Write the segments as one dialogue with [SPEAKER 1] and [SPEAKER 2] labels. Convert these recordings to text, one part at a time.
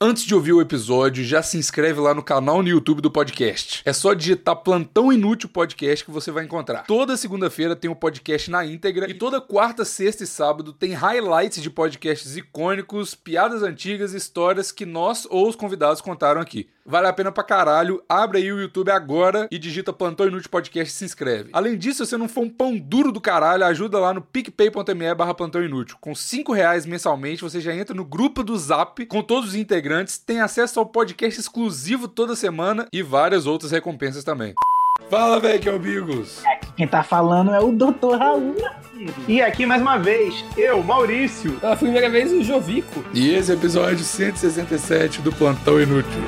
[SPEAKER 1] Antes de ouvir o episódio, já se inscreve lá no canal no YouTube do podcast. É só digitar Plantão Inútil Podcast que você vai encontrar. Toda segunda-feira tem o podcast na íntegra e toda quarta, sexta e sábado tem highlights de podcasts icônicos, piadas antigas e histórias que nós ou os convidados contaram aqui. Vale a pena pra caralho. Abre aí o YouTube agora e digita Plantão Inútil Podcast e se inscreve. Além disso, se você não for um pão duro do caralho, ajuda lá no picpay.me barra Plantão Inútil. Com 5 reais mensalmente, você já entra no grupo do Zap com todos os integrantes tem acesso ao podcast exclusivo toda semana e várias outras recompensas também. Fala, velho, que é o Bigos.
[SPEAKER 2] Quem tá falando é o Dr. Raul. E aqui mais uma vez, eu, Maurício.
[SPEAKER 3] Pela primeira vez, o Jovico.
[SPEAKER 1] E esse é o episódio 167 do Plantão Inútil.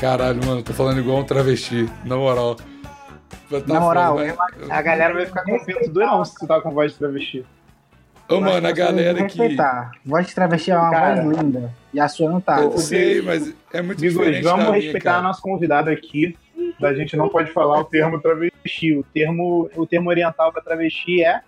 [SPEAKER 1] Caralho, mano, tô falando igual um travesti, na moral. né?
[SPEAKER 2] Tá na moral, foda, mas... a galera vai ficar com peso doerão se tu tá com voz de travesti.
[SPEAKER 1] Ô, oh, mano, a galera que.
[SPEAKER 2] Respeitar. Voz de travesti é uma
[SPEAKER 1] Cara,
[SPEAKER 2] voz linda. E a sua não tá.
[SPEAKER 1] Eu sei, mas é muito
[SPEAKER 4] Bigos,
[SPEAKER 1] diferente.
[SPEAKER 4] vamos
[SPEAKER 1] da minha,
[SPEAKER 4] respeitar
[SPEAKER 1] cara.
[SPEAKER 4] a nossa convidada aqui. A gente não pode falar o termo travesti. O termo, o termo oriental para travesti é.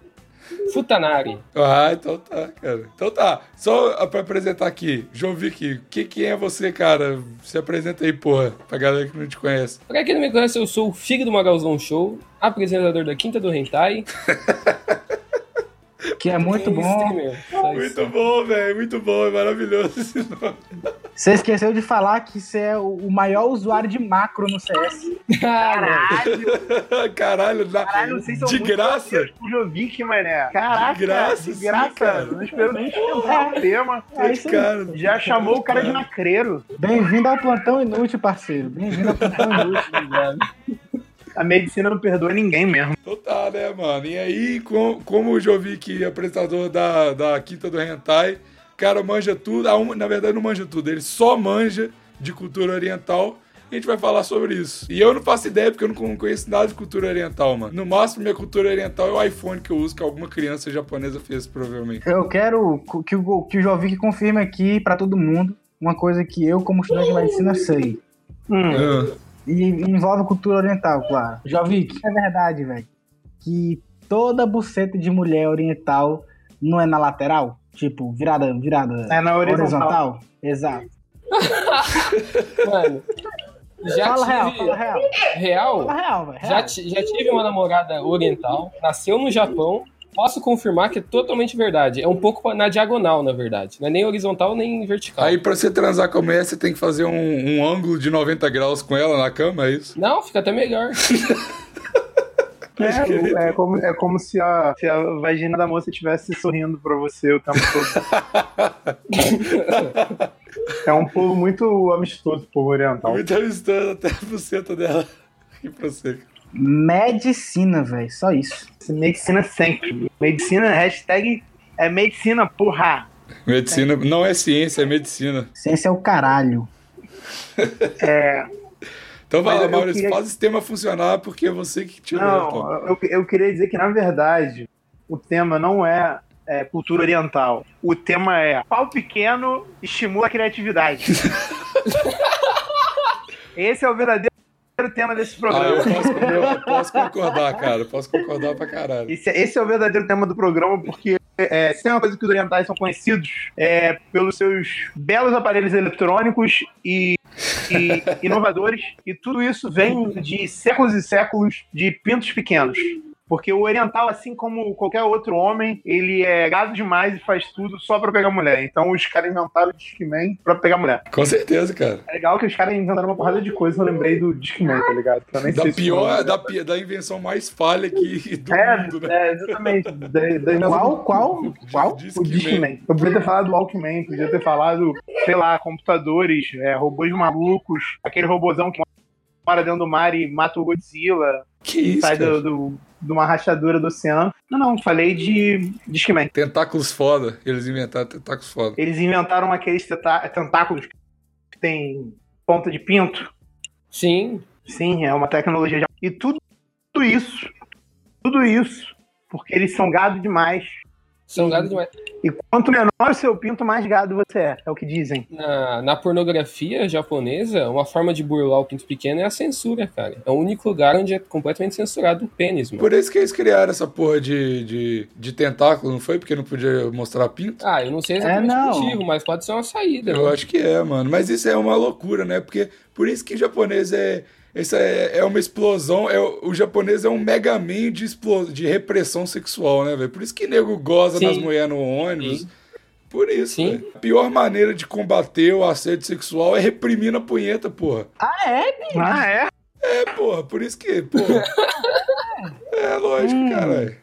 [SPEAKER 3] Futanari.
[SPEAKER 1] Ah, então tá, cara. Então tá, só pra apresentar aqui, João Vicky, que, quem é você, cara? Se apresenta aí, porra, pra galera que não te conhece.
[SPEAKER 3] Pra quem não me conhece, eu sou o filho do Magalzão Show, apresentador da Quinta do Hentai.
[SPEAKER 2] Que é muito bom.
[SPEAKER 1] Muito bom, velho, muito bom, é maravilhoso esse nome.
[SPEAKER 2] Você esqueceu de falar que você é o o maior usuário de macro no CS.
[SPEAKER 3] Caralho.
[SPEAKER 1] Caralho, na-
[SPEAKER 4] Caralho, vocês são
[SPEAKER 1] de
[SPEAKER 4] muito
[SPEAKER 1] graça?
[SPEAKER 4] parceiros com o Jovic, mané. Caraca,
[SPEAKER 1] De graça,
[SPEAKER 4] de
[SPEAKER 1] sim,
[SPEAKER 4] graça.
[SPEAKER 1] cara.
[SPEAKER 4] Não espero nem esquentar o tema.
[SPEAKER 2] É isso aí.
[SPEAKER 1] Cara,
[SPEAKER 4] Já chamou o cara de macreiro.
[SPEAKER 2] Bem-vindo ao Plantão Inútil, parceiro. Bem-vindo ao Plantão Inútil, velho.
[SPEAKER 4] A medicina não perdoa ninguém mesmo.
[SPEAKER 1] Então tá, né, mano? E aí, com- como o Jovic, apresentador da, da Quinta do Hentai, o cara manja tudo, a um- na verdade não manja tudo, ele só manja de cultura oriental. E a gente vai falar sobre isso. E eu não faço ideia, porque eu não con- conheço nada de cultura oriental, mano. No máximo, minha cultura oriental é o iPhone que eu uso, que alguma criança japonesa fez, provavelmente.
[SPEAKER 2] Eu quero co- que o, Go- que o Jovic confirme aqui pra todo mundo uma coisa que eu, como estudante de medicina, sei. Hum.
[SPEAKER 1] Ah,
[SPEAKER 2] E envolve cultura oriental, claro. Jovic, é verdade, velho, que toda buceta de mulher oriental não é na lateral? Tipo, virada, virada
[SPEAKER 4] É na horizontal.
[SPEAKER 2] horizontal? Exato.
[SPEAKER 3] Mano, já
[SPEAKER 2] fala
[SPEAKER 3] tive...
[SPEAKER 2] real, fala real.
[SPEAKER 3] Real?
[SPEAKER 2] Fala real, velho.
[SPEAKER 3] Já,
[SPEAKER 2] real.
[SPEAKER 3] ti- já tive uma namorada oriental, nasceu no Japão. Posso confirmar que é totalmente verdade. É um pouco na diagonal, na verdade. Não é nem horizontal nem vertical.
[SPEAKER 1] Aí, pra você transar com a mulher, você tem que fazer um, um ângulo de 90 graus com ela na cama, é isso?
[SPEAKER 3] Não, fica até melhor.
[SPEAKER 4] É, é como, é como se, a, se a vagina da moça estivesse sorrindo pra você o tempo todo. é um povo muito amistoso, povo oriental.
[SPEAKER 1] Me entrevistando até a buceta dela. E pra você, cara?
[SPEAKER 2] Medicina, velho, só isso.
[SPEAKER 4] Medicina sempre. Medicina, hashtag é medicina, porra.
[SPEAKER 1] Medicina
[SPEAKER 4] Tá.
[SPEAKER 1] não é ciência, é medicina.
[SPEAKER 2] Ciência é o caralho.
[SPEAKER 4] É,
[SPEAKER 1] Então vai
[SPEAKER 4] Mas
[SPEAKER 1] lá,
[SPEAKER 4] eu
[SPEAKER 1] Maurício,
[SPEAKER 4] queria-
[SPEAKER 1] faz o sistema funcionar porque é você que tirou. então.
[SPEAKER 4] não, um eu, eu queria dizer que, na verdade, o tema não é, é, cultura oriental. O tema é pau pequeno estimula a criatividade. Esse é o verdadeiro tema desse
[SPEAKER 1] Ah,
[SPEAKER 4] programa.
[SPEAKER 1] eu posso, eu posso concordar, cara. eu Posso concordar pra caralho.
[SPEAKER 4] Esse, esse é o verdadeiro tema do programa, porque é, se tem uma coisa que os orientais são conhecidos é pelos seus belos aparelhos eletrônicos e, e inovadores, e tudo isso vem de séculos e séculos de pintos pequenos. Porque o oriental, assim como qualquer outro homem, ele é gado demais e faz tudo só pra pegar mulher. Então os caras inventaram o Discman pra pegar mulher.
[SPEAKER 1] Com certeza, cara.
[SPEAKER 4] É legal que os caras inventaram uma porrada de coisa, eu lembrei do Discman, tá ligado? Que eu nem
[SPEAKER 1] Da
[SPEAKER 4] sei se
[SPEAKER 1] pior,
[SPEAKER 4] foi-
[SPEAKER 1] da, pi- da invenção mais falha que do mundo, né?
[SPEAKER 4] É, é, exatamente. Da- da invenção
[SPEAKER 2] Qual, qual, qual?
[SPEAKER 1] Diz
[SPEAKER 4] O
[SPEAKER 1] que mesmo.
[SPEAKER 4] Discman. Eu podia ter falado Walkman, podia ter falado, sei lá, computadores, é, robôs malucos, aquele robôzão que mora dentro do mar e mata o Godzilla,
[SPEAKER 1] Que isso,
[SPEAKER 4] sai
[SPEAKER 1] cara?
[SPEAKER 4] do, do- de uma rachadura do oceano. Não, não, falei de Discman.
[SPEAKER 1] Tentáculos foda. Eles inventaram tentáculos foda.
[SPEAKER 4] Eles inventaram aqueles tenta- tentáculos que tem ponta de pinto.
[SPEAKER 3] Sim.
[SPEAKER 4] Sim, é uma tecnologia. de- E tudo, tudo isso, tudo isso, porque eles são gado demais
[SPEAKER 3] São gado demais.
[SPEAKER 4] E quanto menor o seu pinto, mais gado você é. É o que dizem.
[SPEAKER 3] Na, na pornografia japonesa, uma forma de burlar o pinto pequeno é a censura, cara. É o único lugar onde é completamente censurado o pênis, mano.
[SPEAKER 1] Por isso que eles criaram essa porra de, de, de tentáculo, não foi? Porque não podia mostrar pinto?
[SPEAKER 3] Ah, eu não
[SPEAKER 4] É,
[SPEAKER 3] sei exatamente
[SPEAKER 2] não.
[SPEAKER 3] o motivo, mas pode ser uma saída. né?
[SPEAKER 1] Eu
[SPEAKER 3] mano.
[SPEAKER 1] acho que é, mano. Mas isso é uma loucura, né? Porque por isso que japonês é. Isso é, é uma explosão. É, o o japonês é um Mega Man de, explo- de repressão sexual, né, velho? Por isso que nego goza
[SPEAKER 3] Sim.
[SPEAKER 1] das mulheres no ônibus.
[SPEAKER 3] Sim.
[SPEAKER 1] Por isso,
[SPEAKER 3] Sim.
[SPEAKER 1] velho. A pior maneira de combater o assédio sexual é reprimir na punheta, porra.
[SPEAKER 2] Ah, é?
[SPEAKER 4] Ah, é?
[SPEAKER 1] É, porra, por isso que, porra. é lógico,
[SPEAKER 3] Hum.
[SPEAKER 1] caralho.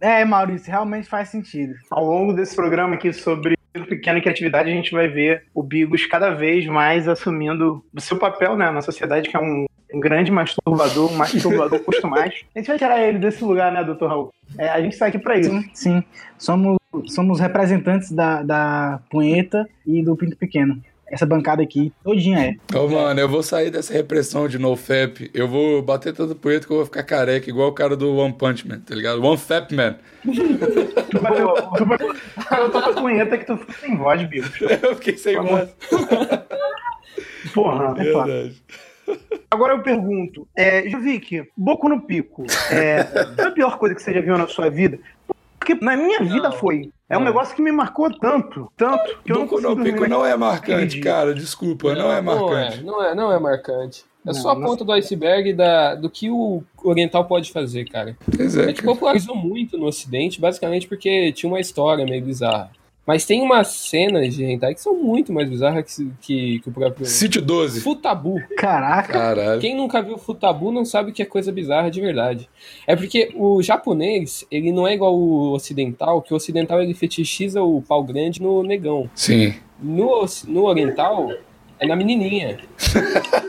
[SPEAKER 2] É, Maurício, realmente faz sentido.
[SPEAKER 4] Ao longo desse programa aqui sobre pinto pequeno e criatividade, a gente vai ver o Bigos cada vez mais assumindo o seu papel né, na sociedade, que é um, um grande masturbador, um masturbador custo mais. A gente vai tirar ele desse lugar, né, doutor Raul? É, a gente tá aqui pra isso.
[SPEAKER 2] Sim, sim. Somos, somos representantes da, da punheta e do pinto pequeno. Essa bancada aqui, todinha é.
[SPEAKER 1] Ô, Então, mano, eu vou sair dessa repressão de NoFap. Eu vou bater tanto punheta que eu vou ficar careca, igual o cara do One Punch Man, tá ligado? One Fap Man.
[SPEAKER 4] Tu bateu, tu bateu, eu tô com a punheta que tu fica sem voz, Bigos.
[SPEAKER 1] Eu fiquei sem
[SPEAKER 4] Vamos.
[SPEAKER 1] voz.
[SPEAKER 4] Porra, é foda.
[SPEAKER 1] Verdade.
[SPEAKER 4] Agora eu pergunto, é, Jovic, Boco no Pico, é, foi a pior coisa que você já viu na sua vida? Porque na minha vida foi. É um
[SPEAKER 3] Não.
[SPEAKER 4] negócio que me marcou tanto, tanto, que eu não
[SPEAKER 1] Boku
[SPEAKER 4] consigo
[SPEAKER 1] no
[SPEAKER 4] dormir
[SPEAKER 1] Pico não é marcante,
[SPEAKER 4] Entendi.
[SPEAKER 1] cara. Desculpa, não, é marcante.
[SPEAKER 3] Não é, não é, não é marcante. É
[SPEAKER 4] Não,
[SPEAKER 3] só a
[SPEAKER 4] não-
[SPEAKER 3] ponta do iceberg da, do que o oriental pode fazer, cara.
[SPEAKER 1] Pois
[SPEAKER 3] A
[SPEAKER 1] é,
[SPEAKER 3] gente
[SPEAKER 1] cara.
[SPEAKER 3] popularizou muito no ocidente, basicamente porque tinha uma história meio bizarra. Mas tem umas cenas de hentai que são muito mais bizarras que, se- que, que o próprio...
[SPEAKER 1] City 12.
[SPEAKER 3] Futabu.
[SPEAKER 2] Caraca,
[SPEAKER 1] Caralho.
[SPEAKER 3] Quem nunca viu Futabu não sabe o que é coisa bizarra de verdade. É porque o japonês, ele não é igual o ocidental, que o ocidental ele fetichiza o pau grande no negão.
[SPEAKER 1] Sim.
[SPEAKER 3] No, oc- no oriental, é na menininha.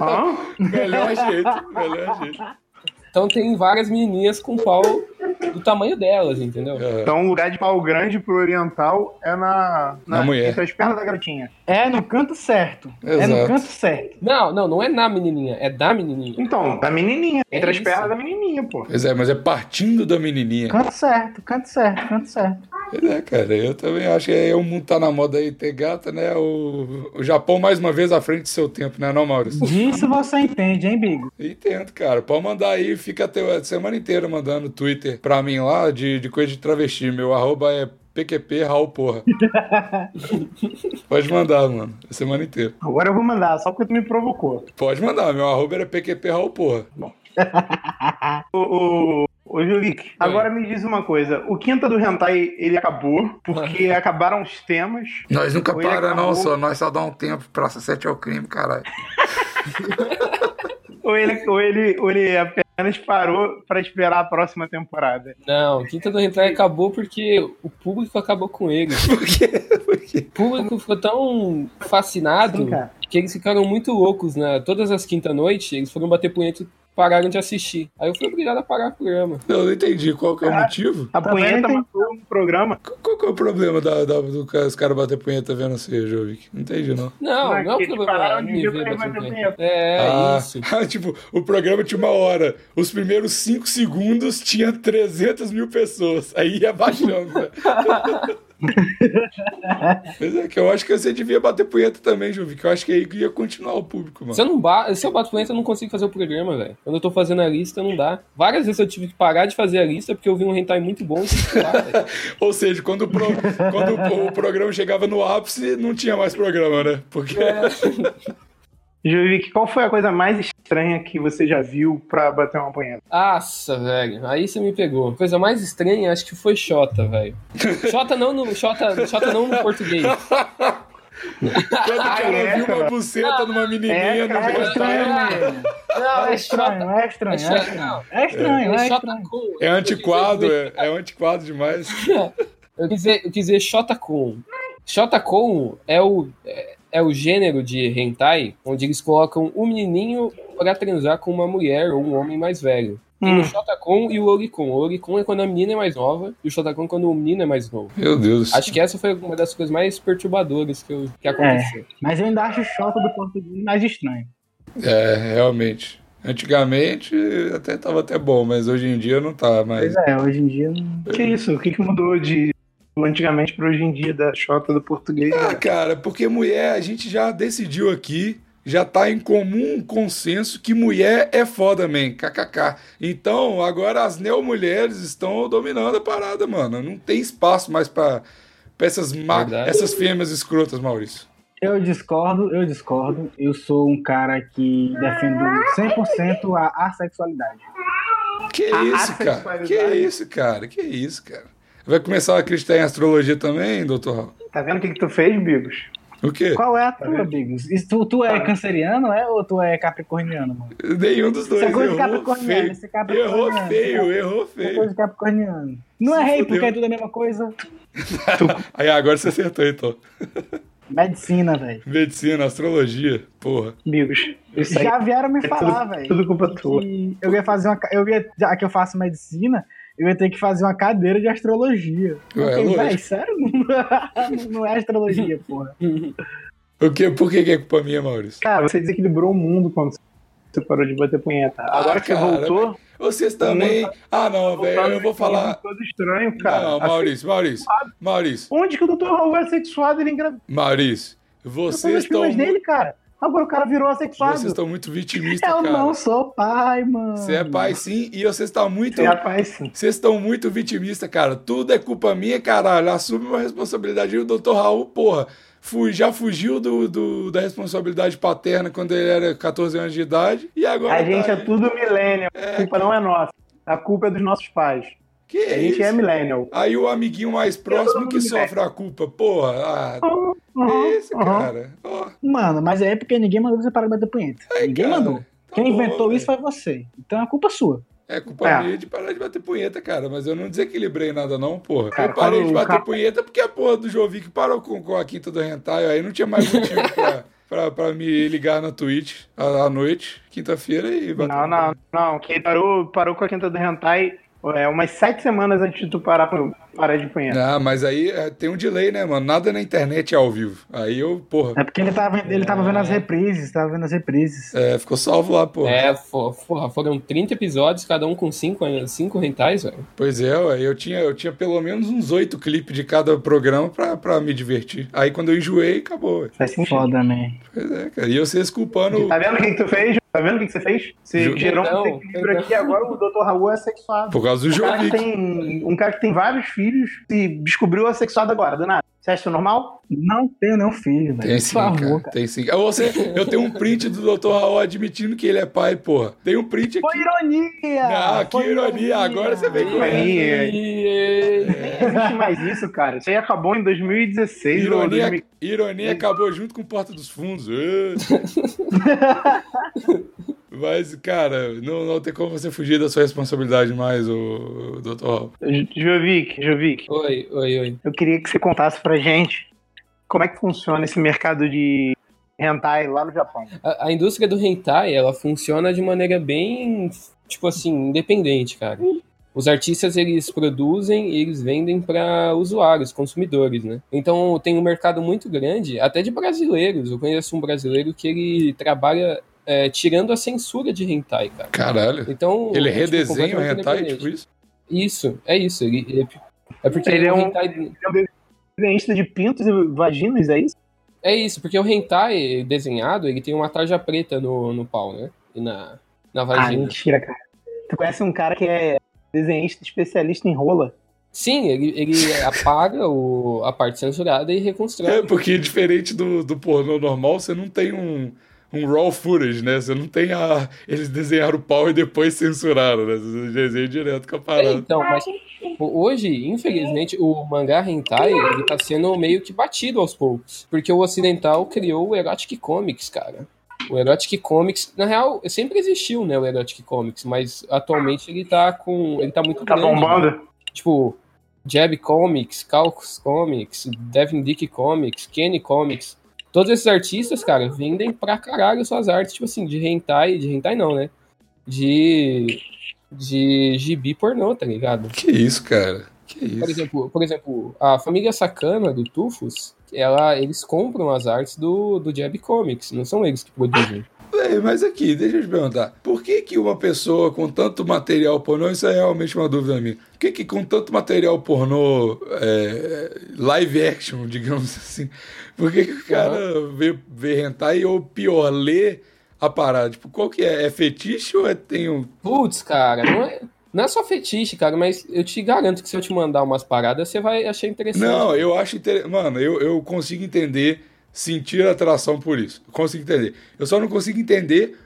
[SPEAKER 4] Hã?
[SPEAKER 1] Melhor jeito, melhor jeito.
[SPEAKER 3] Então tem várias menininhas com pau do tamanho delas, entendeu?
[SPEAKER 1] É.
[SPEAKER 4] Então, o lugar de pau grande pro oriental é na,
[SPEAKER 1] Na mulher.
[SPEAKER 4] Entre as pernas da garotinha.
[SPEAKER 2] é no canto certo. É
[SPEAKER 1] Exato.
[SPEAKER 2] no canto certo.
[SPEAKER 3] Não, não, não é na menininha, é da menininha.
[SPEAKER 4] Então, da menininha.
[SPEAKER 3] É
[SPEAKER 4] entre as
[SPEAKER 3] isso.
[SPEAKER 4] pernas da menininha, pô.
[SPEAKER 1] Pois é, mas é partindo da menininha.
[SPEAKER 2] Canto certo, canto certo, canto certo.
[SPEAKER 1] Pois é, cara, eu também acho que é, o mundo tá na moda aí ter gata, né? O, o Japão mais uma vez à frente do seu tempo, né, não, Maurício?
[SPEAKER 2] Disso você entende, hein, Bigo?
[SPEAKER 1] Entendo, cara. Pode mandar aí, fica até a semana inteira mandando Twitter pra mim lá de, de coisa de travesti. Meu arroba é PQP Raul Porra. Pode mandar, mano. A semana inteira.
[SPEAKER 4] Agora eu vou mandar, só porque tu me provocou.
[SPEAKER 1] Pode mandar, meu arroba era PQP Raul Porra. Bom,
[SPEAKER 4] Ô, Jovic, agora me diz uma coisa. O Quinta do Hentai, ele acabou, porque acabaram os temas.
[SPEAKER 1] nós nunca
[SPEAKER 4] Oi, para, acabou. não, só.
[SPEAKER 1] Nós só dá um tempo. Praça 7 é o crime, caralho.
[SPEAKER 4] Ou ele, ou ele, ou ele apenas parou pra esperar a próxima temporada.
[SPEAKER 3] Não, Quinta do Hentai acabou porque o público acabou com ele.
[SPEAKER 1] Por quê? Por quê?
[SPEAKER 3] O público ficou tão fascinado
[SPEAKER 4] Sim, cara.
[SPEAKER 3] que eles ficaram muito loucos, né? Todas as quinta-noite, eles foram bater punheta e pararam de assistir. Aí eu fui obrigado a parar o programa.
[SPEAKER 1] Eu não entendi qual que é o motivo.
[SPEAKER 4] A
[SPEAKER 2] Também
[SPEAKER 4] punheta
[SPEAKER 2] tem-
[SPEAKER 4] matou um programa.
[SPEAKER 1] Qu- Qual que é o problema da, da- do ca- os caras bater punheta vendo você, Jovic? Não entendi, não.
[SPEAKER 3] Não,
[SPEAKER 4] Mas
[SPEAKER 3] não é o
[SPEAKER 4] eles
[SPEAKER 3] problema.
[SPEAKER 4] pararam
[SPEAKER 3] de
[SPEAKER 4] de
[SPEAKER 3] me
[SPEAKER 4] ver
[SPEAKER 3] ver
[SPEAKER 4] pra ir
[SPEAKER 3] bater
[SPEAKER 4] bater
[SPEAKER 3] punheta.
[SPEAKER 4] punheta.
[SPEAKER 3] É,
[SPEAKER 1] Ah,
[SPEAKER 3] isso.
[SPEAKER 1] tipo, o programa tinha uma hora. Os primeiros 5 segundos tinha 300 mil pessoas. Aí ia baixando. né? Mas é que eu acho que você devia bater punheta também, Jovic. Eu acho que aí ia continuar o público, mano.
[SPEAKER 3] Se eu, não ba... Se eu bato punheta, eu não consigo fazer o programa, velho. Quando eu tô fazendo a lista, não dá. Várias vezes eu tive que parar de fazer a lista porque eu vi um hentai muito bom e tive que parar, velho.
[SPEAKER 1] Ou seja, quando, o, pro- quando o- o programa chegava no ápice, não tinha mais programa, né? Porque.
[SPEAKER 4] É. Jovic, qual foi a coisa mais estranha que você já viu pra bater uma punheta?
[SPEAKER 3] Nossa, velho. Aí você me pegou. A coisa mais estranha, acho que foi Xota, velho. Xota não no, Xota, Xota não no português.
[SPEAKER 1] Quando o cara
[SPEAKER 4] é,
[SPEAKER 1] viu uma
[SPEAKER 4] cara.
[SPEAKER 1] buceta numa menininha no
[SPEAKER 4] É, né? cara,
[SPEAKER 2] É
[SPEAKER 1] jantar.
[SPEAKER 2] estranho, mano.
[SPEAKER 3] Não,
[SPEAKER 2] É estranho, é estranho, é estranho. É estranho, é
[SPEAKER 3] É
[SPEAKER 2] estranho.
[SPEAKER 3] Xota com.
[SPEAKER 1] É antiquado, é, é antiquado demais.
[SPEAKER 3] Eu quis dizer, eu quis dizer Shotacon. Shotacon é o, é, é o gênero de hentai onde eles colocam um menininho pra transar com uma mulher ou um homem mais velho. Tem o Shotacon e o Oricon. O Oricon é quando a menina é mais nova e o Shotacon é quando o menino é mais novo.
[SPEAKER 1] Meu Deus.
[SPEAKER 3] Acho que essa foi uma das coisas mais perturbadoras que, eu, que aconteceu.
[SPEAKER 2] Mas eu ainda acho o Xota do português mais estranho.
[SPEAKER 1] É, realmente. Antigamente até tava até bom, mas hoje em dia não tá mais.
[SPEAKER 2] Pois é, hoje em dia. não-
[SPEAKER 4] Que isso? O que, que mudou de antigamente para hoje em dia, da Xota do português.
[SPEAKER 1] Ah,
[SPEAKER 4] né?
[SPEAKER 1] cara, porque mulher, a gente já decidiu aqui, já tá em comum consenso que mulher é foda, man, kkk. Então, agora as neomulheres estão dominando a parada, mano. Não tem espaço mais pra, pra essas, ma-
[SPEAKER 3] Verdade.
[SPEAKER 1] essas fêmeas escrotas, Maurício.
[SPEAKER 2] Eu discordo, eu discordo. Eu sou um cara que defendo 100% a assexualidade.
[SPEAKER 1] Que
[SPEAKER 4] A- a
[SPEAKER 1] isso, cara?
[SPEAKER 4] sexualidade.
[SPEAKER 1] Que isso, cara? Que isso, cara? Vai começar a acreditar em astrologia também, doutor Raul?
[SPEAKER 4] Tá vendo o que, que tu fez, Bigos?
[SPEAKER 1] O quê?
[SPEAKER 2] Qual é a
[SPEAKER 1] Tá
[SPEAKER 2] tua, Bigos? Isso- Tu, tu é canceriano, é? Ou tu é capricorniano, mano?
[SPEAKER 1] Nenhum dos dois.
[SPEAKER 2] Isso é coisa de
[SPEAKER 1] Errou
[SPEAKER 2] capricorniano,
[SPEAKER 1] feio.
[SPEAKER 2] isso é capricorniano.
[SPEAKER 1] Errou feio, errou
[SPEAKER 2] Isso é
[SPEAKER 1] feio.
[SPEAKER 2] coisa de capricorniano. Não
[SPEAKER 1] Se
[SPEAKER 2] errei,
[SPEAKER 1] fudeu.
[SPEAKER 2] porque é tudo a mesma coisa.
[SPEAKER 1] Aí agora você acertou, então.
[SPEAKER 2] Medicina, velho.
[SPEAKER 1] Medicina, astrologia, porra.
[SPEAKER 4] Bigos. Isso aí
[SPEAKER 2] Já vieram me
[SPEAKER 4] é
[SPEAKER 2] falar,
[SPEAKER 4] tudo,
[SPEAKER 2] velho.
[SPEAKER 4] tudo culpa tua.
[SPEAKER 2] que Eu ia fazer uma. ca- Eu ia, já que eu faço medicina, eu ia ter que fazer uma cadeira de astrologia.
[SPEAKER 1] Ué, é
[SPEAKER 2] Eu fiquei,
[SPEAKER 1] lógico.
[SPEAKER 2] véi, sério? Não é astrologia, porra.
[SPEAKER 1] O que, por que, que é culpa minha, Maurício?
[SPEAKER 4] Cara, você desequilibrou o mundo quando você parou de bater punheta. Agora que você
[SPEAKER 1] Ah, cara,
[SPEAKER 4] voltou, um
[SPEAKER 1] Vocês também.
[SPEAKER 2] tá-
[SPEAKER 1] Ah, não, velho, eu vou falar.
[SPEAKER 4] Todo estranho, cara. Assim,
[SPEAKER 1] Não,
[SPEAKER 2] Assim,
[SPEAKER 1] Maurício, Maurício, Maurício,
[SPEAKER 4] Onde que o Dr. Raul é sexuado ele engravidou
[SPEAKER 1] Maurício,
[SPEAKER 4] os
[SPEAKER 1] vocês
[SPEAKER 4] filmes
[SPEAKER 1] estão.
[SPEAKER 4] dele, cara? Agora o cara virou assexuado.
[SPEAKER 1] Vocês estão muito vitimistas,
[SPEAKER 2] Eu não
[SPEAKER 1] cara.
[SPEAKER 2] sou pai, É mano. É
[SPEAKER 1] Você é pai sim e vocês estão muito.
[SPEAKER 4] Sim, rapaz, sim.
[SPEAKER 1] Vocês estão muito vitimistas, cara. Tudo é culpa minha, caralho. Assume uma responsabilidade. E o doutor Raul, porra, fui, já fugiu do, do- da responsabilidade paterna quando ele era 14 anos de idade. E agora.
[SPEAKER 4] A gente
[SPEAKER 1] tá-
[SPEAKER 4] é tudo millennial. A culpa não é nossa. A culpa é dos nossos pais.
[SPEAKER 1] Que
[SPEAKER 4] A gente
[SPEAKER 1] isso?
[SPEAKER 4] é millennial.
[SPEAKER 1] Aí o amiguinho mais próximo
[SPEAKER 4] mundo
[SPEAKER 1] que
[SPEAKER 4] me
[SPEAKER 1] sofre a culpa, porra. Ah,
[SPEAKER 4] Uhum,
[SPEAKER 1] que isso,
[SPEAKER 4] uhum.
[SPEAKER 1] cara. Ó,
[SPEAKER 2] Mano, mas é porque ninguém mandou você parar de bater punheta.
[SPEAKER 1] aí,
[SPEAKER 2] ninguém
[SPEAKER 1] cara,
[SPEAKER 2] mandou.
[SPEAKER 1] tá
[SPEAKER 2] Quem
[SPEAKER 1] bom,
[SPEAKER 2] inventou
[SPEAKER 1] velho.
[SPEAKER 2] isso foi você. Então é culpa sua.
[SPEAKER 1] É culpa
[SPEAKER 4] É.
[SPEAKER 1] minha de parar de bater punheta, cara. Mas eu não desequilibrei nada, não, porra.
[SPEAKER 4] Cara,
[SPEAKER 1] eu parei
[SPEAKER 4] quando
[SPEAKER 1] de
[SPEAKER 4] o
[SPEAKER 1] bater
[SPEAKER 4] cara-
[SPEAKER 1] punheta porque a porra do Jovic parou com, com a quinta do Hentai. Aí não tinha mais motivo pra, pra, pra me ligar na Twitch à, à noite, quinta-feira, e bater.
[SPEAKER 4] Não, não, não. Quem parou, parou com a quinta do Hentai é, umas sete semanas antes de tu parar, pra- parar de punheta.
[SPEAKER 1] Ah, mas aí é, tem um delay, né, mano? Nada na internet é ao vivo. Aí eu, porra,
[SPEAKER 2] É porque ele tava, ele tava vendo as reprises, tava vendo as reprises.
[SPEAKER 1] é, ficou salvo lá, porra.
[SPEAKER 3] É, fo- porra, foram 30 episódios, cada um com 5 cinco, cinco rentais, velho.
[SPEAKER 1] Pois é, ué, eu tinha, eu tinha pelo menos uns oito clipes de cada programa pra, pra me divertir. Aí quando eu enjoei, acabou. ué.
[SPEAKER 4] Faz sentido.
[SPEAKER 2] Foda, né?
[SPEAKER 1] Pois é, cara. E vocês culpando.
[SPEAKER 4] Tá vendo o que, que tu fez? Tá vendo o que, que você fez? Você
[SPEAKER 1] Ju-
[SPEAKER 4] gerou
[SPEAKER 3] Não,
[SPEAKER 4] um desequilíbrio
[SPEAKER 3] não.
[SPEAKER 4] aqui agora o Dr. Raul é sexuado.
[SPEAKER 1] Por causa do
[SPEAKER 4] Um cara, que
[SPEAKER 1] Jovic.
[SPEAKER 4] tem, um cara que tem vários filhos e descobriu assexuado agora, do nada. Você acha isso normal?
[SPEAKER 2] Não tenho nenhum filho, velho.
[SPEAKER 1] Tem sim,
[SPEAKER 2] Por favor,
[SPEAKER 1] cara. Tem sim. Eu, você, eu tenho um print do Dr. Raul admitindo que ele é pai, porra. Tem um print
[SPEAKER 2] Foi
[SPEAKER 1] aqui.
[SPEAKER 2] ironia!
[SPEAKER 1] Ah, que
[SPEAKER 2] Foi
[SPEAKER 1] ironia. Agora você vem com-
[SPEAKER 4] Ironia.
[SPEAKER 3] E-
[SPEAKER 4] Nem existe mais isso, cara. Isso aí acabou em 2016 ou
[SPEAKER 1] Ironia,
[SPEAKER 4] 2015.
[SPEAKER 1] ironia acabou junto com Porta dos Fundos. Ê. Mas, cara, não, não tem como você fugir da sua responsabilidade mais, o Dr. Raul.
[SPEAKER 4] Jovic, Jovic,
[SPEAKER 3] Oi, oi, oi.
[SPEAKER 4] eu queria que você contasse pra gente como é que funciona esse mercado de hentai lá no Japão.
[SPEAKER 3] A, a indústria do hentai, ela funciona de maneira bem, tipo assim, independente, cara. Os artistas, eles produzem e eles vendem para usuários, consumidores, né? Então, tem um mercado muito grande, até de brasileiros. Eu conheço um brasileiro que ele trabalha é, tirando a censura de hentai, cara.
[SPEAKER 1] Caralho.
[SPEAKER 3] Então,
[SPEAKER 1] Ele
[SPEAKER 3] é, tipo,
[SPEAKER 1] redesenha o
[SPEAKER 3] completamente
[SPEAKER 1] hentai,
[SPEAKER 3] independente.
[SPEAKER 1] tipo isso?
[SPEAKER 3] Isso, é isso. Ele, ele- é porque
[SPEAKER 4] Ele é
[SPEAKER 3] o
[SPEAKER 4] um-
[SPEAKER 3] hentai-
[SPEAKER 4] Desenhista de pintos e vaginas, é isso?
[SPEAKER 3] É isso, porque o hentai desenhado, ele tem uma tarja preta no, no pau, né? E na, na
[SPEAKER 4] Ah,
[SPEAKER 3] vagina.
[SPEAKER 4] mentira, cara. Tu conhece um cara que é desenhista especialista em rola?
[SPEAKER 3] Sim, ele, ele apaga o, a parte censurada e
[SPEAKER 1] É,
[SPEAKER 3] reconstrói.
[SPEAKER 1] porque diferente do, do pornô normal, você não tem um, um raw footage, né? Você não tem a. Eles desenharam o pau e depois censuraram, né? Você desenha direto com a parada.
[SPEAKER 3] Então, mas tipo, hoje, infelizmente, o mangá hentai, ele tá sendo meio que batido aos poucos. Porque o ocidental criou o Erotic Comics, cara. O Erotic Comics, na real, sempre existiu, né, o Erotic Comics, mas atualmente ele tá com... ele tá muito
[SPEAKER 4] Tá
[SPEAKER 3] grande, né?
[SPEAKER 4] bombando?
[SPEAKER 3] tipo Jab Comics, Calcus Comics, Devin Dick Comics, Kenny Comics. Todos esses artistas, cara, vendem pra caralho suas artes, tipo assim, de hentai, de hentai não, né? De de gibi pornô, tá ligado?
[SPEAKER 1] Que isso, cara? Que
[SPEAKER 3] Por
[SPEAKER 1] isso?
[SPEAKER 3] exemplo, por exemplo, a família Sakana do Tufus, ela, eles compram as artes do, do Jab Comics, não são eles que produzem.
[SPEAKER 1] aí, mas aqui, deixa eu te perguntar. Por que que uma pessoa com tanto material pornô, isso é realmente uma dúvida minha, por que que com tanto material pornô é, live action, digamos assim, por que que o cara vê, vê hentai ou pior, lê a parada? Tipo, qual que é? É fetiche ou é, tem um...
[SPEAKER 3] Putz, cara, não é, não é só fetiche, cara, mas eu te garanto que se eu te mandar umas paradas, você vai achar interessante.
[SPEAKER 1] Não, eu acho interessante. Mano, eu, eu consigo entender sentir atração por isso. Eu consigo entender. Eu só não consigo entender.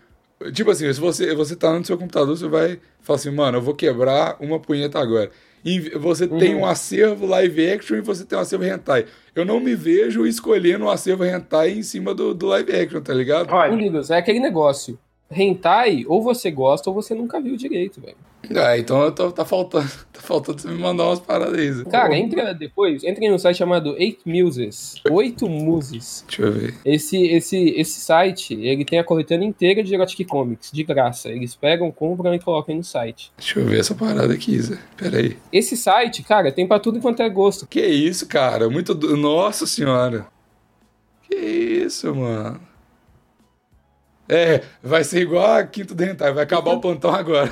[SPEAKER 1] Tipo assim, se você, você tá no seu computador, você vai falar assim, mano, eu vou quebrar uma punheta agora. E você tem um acervo live action e você tem um acervo hentai. Eu não me vejo escolhendo um acervo hentai em cima do, do live action, tá ligado?
[SPEAKER 3] Ô,
[SPEAKER 4] Olha,
[SPEAKER 3] Ligas, é aquele negócio. Hentai, ou você gosta ou você nunca viu direito, velho.
[SPEAKER 1] Ah, então eu tô- tá faltando. Tá faltando você me mandar umas paradas aí. Zé.
[SPEAKER 3] Cara, entra depois, entra em um site chamado Eight Muses. Oito Muses.
[SPEAKER 1] Deixa eu ver.
[SPEAKER 3] Esse, esse, esse site, ele tem a coletânea inteira de Erotic Comics, de graça. Eles pegam, compram e colocam no site.
[SPEAKER 1] Deixa eu ver essa parada aqui, Zé. Pera aí.
[SPEAKER 3] Esse site, cara, tem pra tudo quanto é gosto.
[SPEAKER 1] Que isso, cara? Muito. do- Nossa senhora. Que isso, mano. É, vai ser igual a Quinto Dental, vai acabar o plantão agora.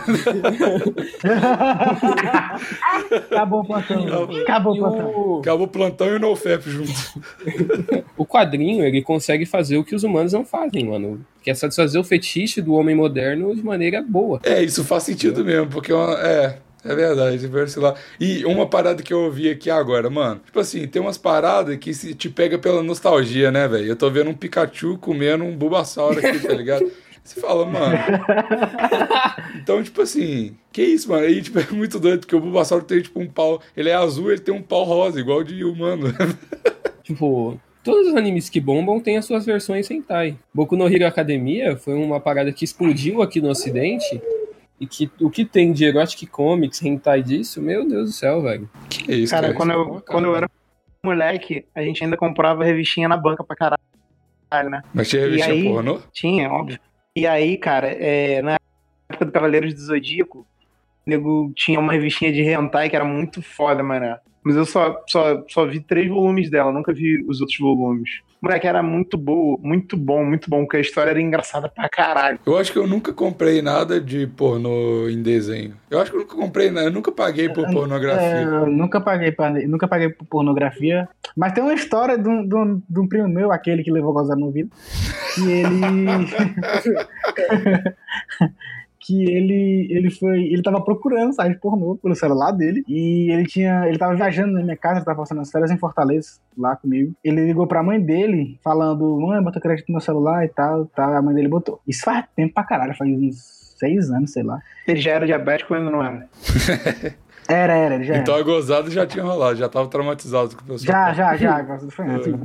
[SPEAKER 2] Acabou o plantão. Acabou o
[SPEAKER 3] E
[SPEAKER 2] plantão.
[SPEAKER 3] o,
[SPEAKER 1] Acabou o plantão e o NoFap junto.
[SPEAKER 3] o quadrinho, ele consegue fazer o que os humanos não fazem, mano. Que é satisfazer o fetiche do homem moderno de maneira boa.
[SPEAKER 1] É, isso faz sentido mesmo, porque é uma- é, é verdade, ver se lá. E uma parada que eu ouvi aqui agora, mano. Tipo assim, tem umas paradas que se te pega pela nostalgia, né, velho? Eu tô vendo um Pikachu comendo um Bulbasauro aqui, tá ligado? Você fala, mano. Então, tipo assim, que isso, mano? Aí, tipo, é muito doido, porque o Bulbasauro tem, tipo, um pau. Ele é azul, ele tem um pau rosa, igual de humano.
[SPEAKER 3] Tipo, todos os animes que bombam têm as suas versões hentai. Boku no Hero Academia foi uma parada que explodiu aqui no ocidente. E que o que tem de erotic comics, hentai disso, meu Deus do céu, velho.
[SPEAKER 1] Que é isso,
[SPEAKER 4] cara,
[SPEAKER 1] cara.
[SPEAKER 4] quando
[SPEAKER 3] bom,
[SPEAKER 4] eu,
[SPEAKER 3] cara.
[SPEAKER 4] quando eu era moleque, a gente ainda comprava revistinha na banca pra caralho, né?
[SPEAKER 1] Mas tinha
[SPEAKER 4] E
[SPEAKER 1] revistinha
[SPEAKER 4] aí?
[SPEAKER 1] pornô?
[SPEAKER 4] Tinha, óbvio. E aí, cara, é, na época do Cavaleiros do Zodíaco, o nego tinha uma revistinha de hentai que era muito foda, mano. Mas eu só, só, só vi três volumes dela, nunca vi os outros volumes. Moleque, era muito boa, muito bom, muito bom, porque a história era engraçada pra caralho.
[SPEAKER 1] Eu acho que eu nunca comprei nada de pornô em desenho. Eu acho que eu nunca comprei nada, eu nunca paguei por
[SPEAKER 2] É,
[SPEAKER 1] pornografia.
[SPEAKER 2] eu nunca paguei, pra, nunca paguei por pornografia. Mas tem uma história de um, de um- de um primo meu, aquele que levou gozar no ouvido, que ele. que ele, ele foi. Ele tava procurando site pornô pelo celular dele. E ele tinha. Ele tava viajando na minha casa, tava passando as férias em Fortaleza, lá comigo. Ele ligou pra mãe dele, falando: Mãe, bota crédito no meu celular e tal, tal. A mãe dele botou. Isso faz tempo pra caralho, faz uns seis anos, sei lá.
[SPEAKER 4] Ele já era diabético, ainda não era.
[SPEAKER 2] Era, era, ele já era.
[SPEAKER 1] Então a gozada já tinha rolado, já tava traumatizado com o pessoal.
[SPEAKER 2] é, Já, já, já, gosto do Fernando.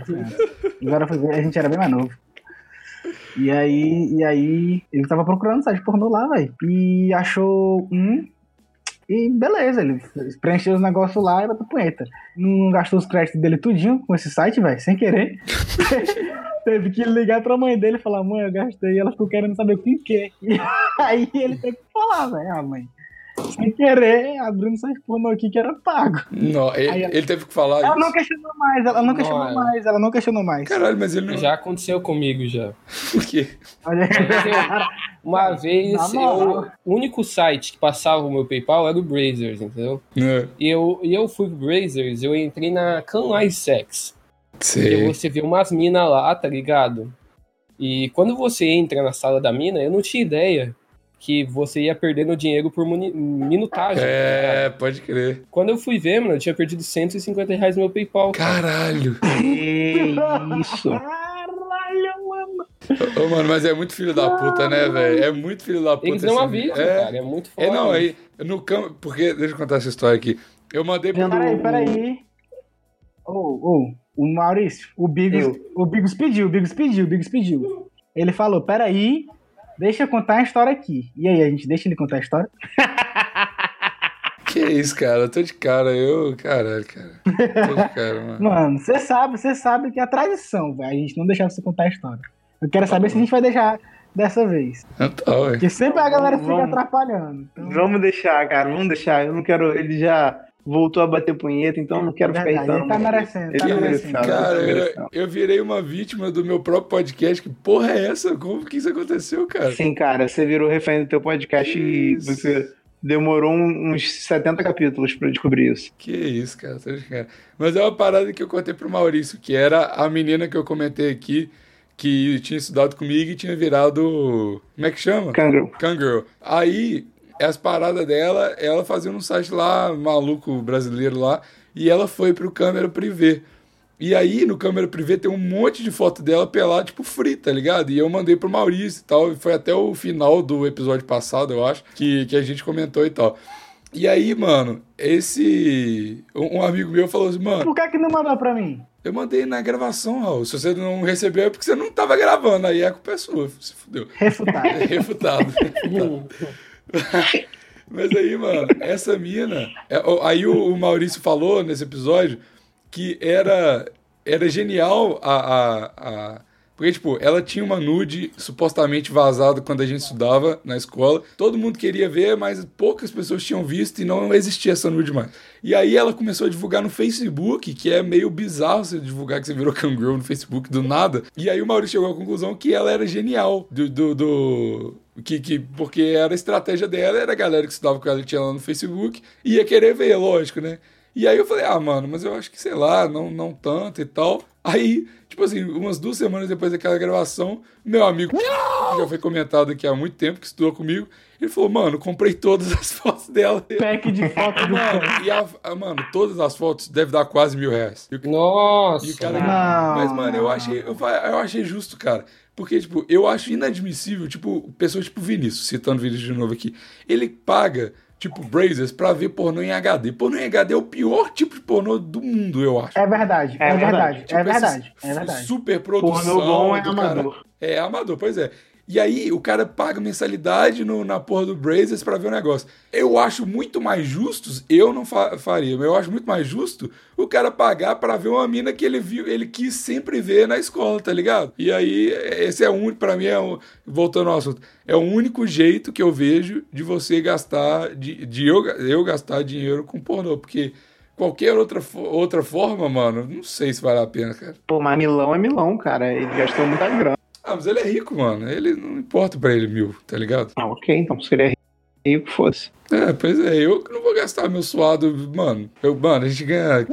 [SPEAKER 2] Agora foi ver, a gente era bem mais novo. E aí, e aí, ele tava procurando site pornô lá, velho. E achou um. E beleza, ele preencheu os negócios lá e bateu punheta. Não gastou os créditos dele tudinho com esse site, velho, sem querer. Teve que ligar pra mãe dele e falar, mãe, eu gastei. E ela ficou querendo saber com o quê. E aí ele tem que falar, velho, ah, mãe. Sem querer, abrindo site pornô aqui que era pago.
[SPEAKER 1] Não, ele,
[SPEAKER 2] Aí-
[SPEAKER 1] ele teve que falar
[SPEAKER 2] Ela
[SPEAKER 1] isso.
[SPEAKER 2] não questionou mais, ela não questionou
[SPEAKER 3] Olha.
[SPEAKER 2] mais, ela não questionou mais.
[SPEAKER 1] Caralho, mas ele não.
[SPEAKER 3] Já aconteceu comigo já.
[SPEAKER 1] Por quê?
[SPEAKER 2] Olha
[SPEAKER 3] Uma
[SPEAKER 2] Na
[SPEAKER 3] vez,
[SPEAKER 2] moral.
[SPEAKER 3] eu- o único site que passava o meu PayPal era o Brazers, entendeu?
[SPEAKER 1] Não,
[SPEAKER 3] E eu, e eu fui pro Brazers, eu entrei na Canline Sex. E
[SPEAKER 1] sei.
[SPEAKER 3] você vê umas minas lá, tá ligado? E quando você entra na sala da mina, eu não tinha ideia que você ia perdendo dinheiro por muni- minutagem. tá ligado?
[SPEAKER 1] É, pode crer.
[SPEAKER 3] Quando eu fui ver, mano, eu tinha perdido 150 reais no meu PayPal.
[SPEAKER 1] Caralho.
[SPEAKER 4] Que isso.
[SPEAKER 2] Ah, Caralho, mano.
[SPEAKER 1] Ô, mano, mas é muito filho da puta, né, velho? É muito filho da puta.
[SPEAKER 3] Eles não
[SPEAKER 1] esse-
[SPEAKER 3] avisam,
[SPEAKER 1] é,
[SPEAKER 3] cara. É muito foda.
[SPEAKER 1] É, não, aí. No campo. Porque, deixa eu contar essa história aqui. Eu mandei pro.
[SPEAKER 2] Peraí, peraí. Ô, ô, o Maurício, o Bigos, o Bigos pediu, o Bigos pediu, o Bigos pediu. Ele falou, peraí, deixa eu contar a história aqui. E aí, a gente deixa ele contar a história?
[SPEAKER 1] Que isso, cara? Eu tô de cara. Eu. Caralho, cara. Tô de cara,
[SPEAKER 4] Ah.
[SPEAKER 1] mano.
[SPEAKER 2] Mano, você sabe, você sabe que é a tradição, velho, a gente não deixar você contar a história. Eu quero saber se a gente vai deixar dessa vez.
[SPEAKER 1] Não tá, ué.
[SPEAKER 2] Porque sempre a galera fica
[SPEAKER 4] Vamos.
[SPEAKER 2] atrapalhando. Então,
[SPEAKER 4] Vamos deixar, cara, vamos deixar. Eu não quero. Ele já. voltou a bater punheta, então não quero ficar
[SPEAKER 2] Verdade,
[SPEAKER 4] irritando.
[SPEAKER 2] ele tá
[SPEAKER 4] muito.
[SPEAKER 2] merecendo, tá
[SPEAKER 4] Ele
[SPEAKER 2] merecendo.
[SPEAKER 4] é merecendo.
[SPEAKER 1] Cara,
[SPEAKER 4] Cara,
[SPEAKER 1] eu, eu virei uma vítima do meu próprio podcast. Que porra é essa? Como que isso aconteceu, cara?
[SPEAKER 4] Sim, cara, você virou refém do teu podcast e
[SPEAKER 1] Isso.
[SPEAKER 4] você demorou um- uns 70 capítulos pra eu descobrir isso.
[SPEAKER 1] Que isso, cara, tô brincando. Mas é uma parada que eu contei pro Maurício, que era a menina que eu comentei aqui, que tinha estudado comigo e tinha virado. Como é que chama?
[SPEAKER 4] Cangro.
[SPEAKER 1] Kangirl. Aí, as paradas dela, ela fazia num site lá, maluco brasileiro lá, e ela foi pro câmera privê. E aí, no câmera privê, tem um monte de foto dela pelada, tipo, frita, tá ligado? E eu mandei pro Maurício e tal, e foi até o final do episódio passado, eu acho, que, que a gente comentou e tal. E aí, mano, esse. Um um amigo meu falou assim, mano.
[SPEAKER 2] Por que que não mandou pra mim?
[SPEAKER 1] Eu mandei na gravação, Raul. Se você não recebeu, é porque você não tava gravando. Aí a culpa é sua. Se fudeu. É
[SPEAKER 2] Refutado.
[SPEAKER 1] Refutado. Mas aí, mano, essa mina. é, ó, Aí o o Maurício falou nesse episódio que era, era genial a, a, a- Porque, tipo, ela tinha uma nude supostamente vazada quando a gente estudava na escola. Todo mundo queria ver, mas poucas pessoas tinham visto e não existia essa nude mais. E aí ela começou a divulgar no Facebook, que é meio bizarro você divulgar que você virou cangirl no Facebook do nada. E aí o Maurício chegou à conclusão que ela era genial. Do. do, do- Que, que, porque era a estratégia dela, era a galera que estudava com ela e tinha lá no Facebook, e ia querer ver, lógico, né? E aí eu falei, ah, mano, mas eu acho que, sei lá, não, não tanto e tal. Aí, tipo assim, umas duas semanas depois daquela gravação, meu amigo, que já foi comentado aqui há muito tempo, que estudou comigo, ele falou, mano, comprei todas as fotos dela.
[SPEAKER 2] Pack É de foto do
[SPEAKER 1] Mano,
[SPEAKER 2] cara.
[SPEAKER 1] e a- a- mano, todas as fotos devem dar quase mil reais. E o- E o
[SPEAKER 3] Nossa.
[SPEAKER 1] cara-
[SPEAKER 2] Não.
[SPEAKER 1] Mas, mano, eu achei, eu, fa- eu achei justo, cara. Porque, tipo, eu acho inadmissível, tipo, pessoas tipo Vinícius, citando Vinícius de novo aqui, ele paga, tipo, Brazers pra ver pornô em HD. Pornô em HD é o pior tipo de pornô do mundo, eu acho.
[SPEAKER 2] É verdade, é,
[SPEAKER 4] É verdade.
[SPEAKER 2] verdade, é
[SPEAKER 1] Tipo, esses
[SPEAKER 2] verdade, é verdade.
[SPEAKER 1] Super produção.
[SPEAKER 4] Pornô bom é
[SPEAKER 1] do cara.
[SPEAKER 4] amador.
[SPEAKER 1] É, amador, pois é. E aí, o cara paga mensalidade no- na porra do Brazers pra ver o negócio. Eu acho muito mais justos, eu não fa- faria, mas eu acho muito mais justo o cara pagar pra ver uma mina que ele viu, ele quis sempre ver na escola, tá ligado? E aí, esse é o único, pra mim, é o- voltando ao assunto, é o único jeito que eu vejo de você gastar, de, de eu, ga- eu gastar dinheiro com pornô, porque qualquer outra, fo- outra forma, mano, não sei se vale a pena, cara.
[SPEAKER 4] Pô, mas Milão é Milão, cara. Ele gastou muita grana.
[SPEAKER 1] Ah, mas ele é rico, mano. Ele não importa pra ele mil, tá ligado?
[SPEAKER 4] Ah, ok, então se ele é rico, fosse.
[SPEAKER 1] É, pois é, eu que não vou gastar meu suado, mano. Eu, mano, a gente ganha.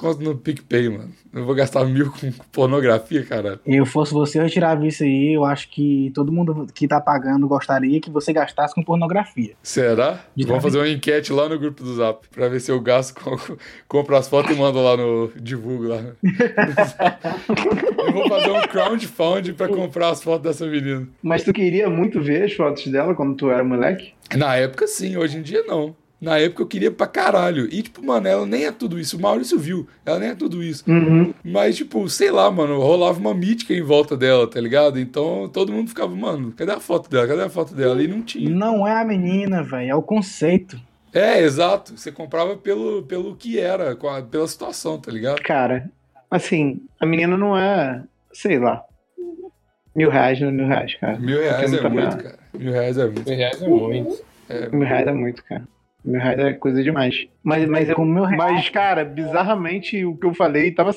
[SPEAKER 1] Quanto no PicPay, mano? Eu vou gastar mil com pornografia, caralho.
[SPEAKER 2] Eu fosse você, eu tirava isso aí. Eu acho que todo mundo que tá pagando gostaria que você gastasse com pornografia.
[SPEAKER 1] Será?
[SPEAKER 2] De
[SPEAKER 1] Vamos fazer uma enquete lá no grupo do Zap pra ver se eu gasto, com, compro as fotos e mando lá no. divulgo lá. no Zap. Eu vou fazer um crowdfunding pra comprar as fotos dessa menina.
[SPEAKER 4] Mas tu queria muito ver as fotos dela quando tu era moleque?
[SPEAKER 1] Na época, sim. Hoje em dia, não. Na época, eu queria pra caralho. E, tipo, mano, ela nem é tudo isso. O Maurício viu. Ela nem é tudo isso.
[SPEAKER 4] Uhum.
[SPEAKER 1] Mas, tipo, sei lá, mano, rolava uma mítica em volta dela, tá ligado? Então, todo mundo ficava, mano, cadê a foto dela? Cadê a foto dela? E não tinha.
[SPEAKER 2] Não é a menina, velho, é o conceito.
[SPEAKER 1] É, exato. Você comprava pelo, pelo que era, com a- pela situação, tá ligado?
[SPEAKER 4] Cara, assim, a menina não é, sei lá, mil reais, não é mil reais, cara.
[SPEAKER 1] Mil reais é
[SPEAKER 4] Tem muita
[SPEAKER 1] muito,
[SPEAKER 4] grana.
[SPEAKER 1] cara. Mil reais é muito.
[SPEAKER 3] Mil reais é muito.
[SPEAKER 4] Mil reais é muito, cara. Mil reais é coisa demais. Mas, mas, eu-
[SPEAKER 2] Com meu real.
[SPEAKER 4] mas cara, bizarramente o que eu falei tava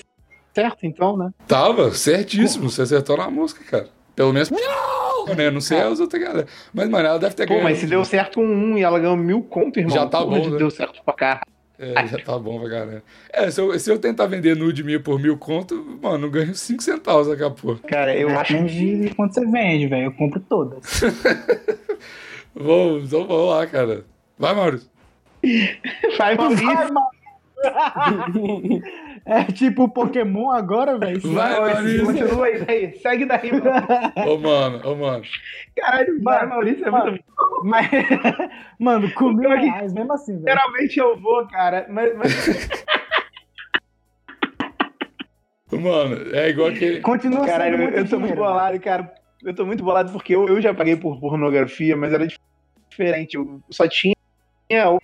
[SPEAKER 4] certo, então, né?
[SPEAKER 1] Tava certíssimo. Você acertou na música, cara. Pelo menos. Não! Né? Não sei as outras galera. Mas, mano, ela deve ter
[SPEAKER 4] Pô,
[SPEAKER 1] ganhado.
[SPEAKER 4] mas se deu certo com um e ela ganhou mil conto, irmão.
[SPEAKER 1] É Já tá
[SPEAKER 4] porra,
[SPEAKER 1] bom, né?
[SPEAKER 4] Deu certo pra cá.
[SPEAKER 1] É, já tá bom pra caralho. É, se eu, se eu tentar vender nude minha por mil conto, mano, eu ganho cinco centavos daqui a pouco.
[SPEAKER 4] Cara, eu
[SPEAKER 2] É
[SPEAKER 4] acho
[SPEAKER 2] Depende de quanto você vende, velho. Eu compro todas.
[SPEAKER 1] Vamos, então vamos lá, cara. Vai, Maurício.
[SPEAKER 4] que vai Maurício.
[SPEAKER 2] É tipo o Pokémon agora, velho. é
[SPEAKER 1] Vai, Maurício.
[SPEAKER 4] Continua aí, aí, segue daí, mano.
[SPEAKER 1] Ô, mano, ô, mano.
[SPEAKER 4] Caralho, vai, Maurício é muito
[SPEAKER 2] Mas, mano, com mil
[SPEAKER 4] Aqui.
[SPEAKER 2] reais, mesmo assim, velho.
[SPEAKER 4] Geralmente eu vou, cara, mas, mas
[SPEAKER 1] Mano, é igual aquele.
[SPEAKER 2] Continua
[SPEAKER 4] caralho,
[SPEAKER 2] sendo
[SPEAKER 4] eu,
[SPEAKER 2] muito
[SPEAKER 4] eu tô muito
[SPEAKER 2] dinheiro.
[SPEAKER 4] bolado, cara. Eu tô muito bolado porque eu, eu já paguei por pornografia, mas era dif- diferente. Eu só tinha a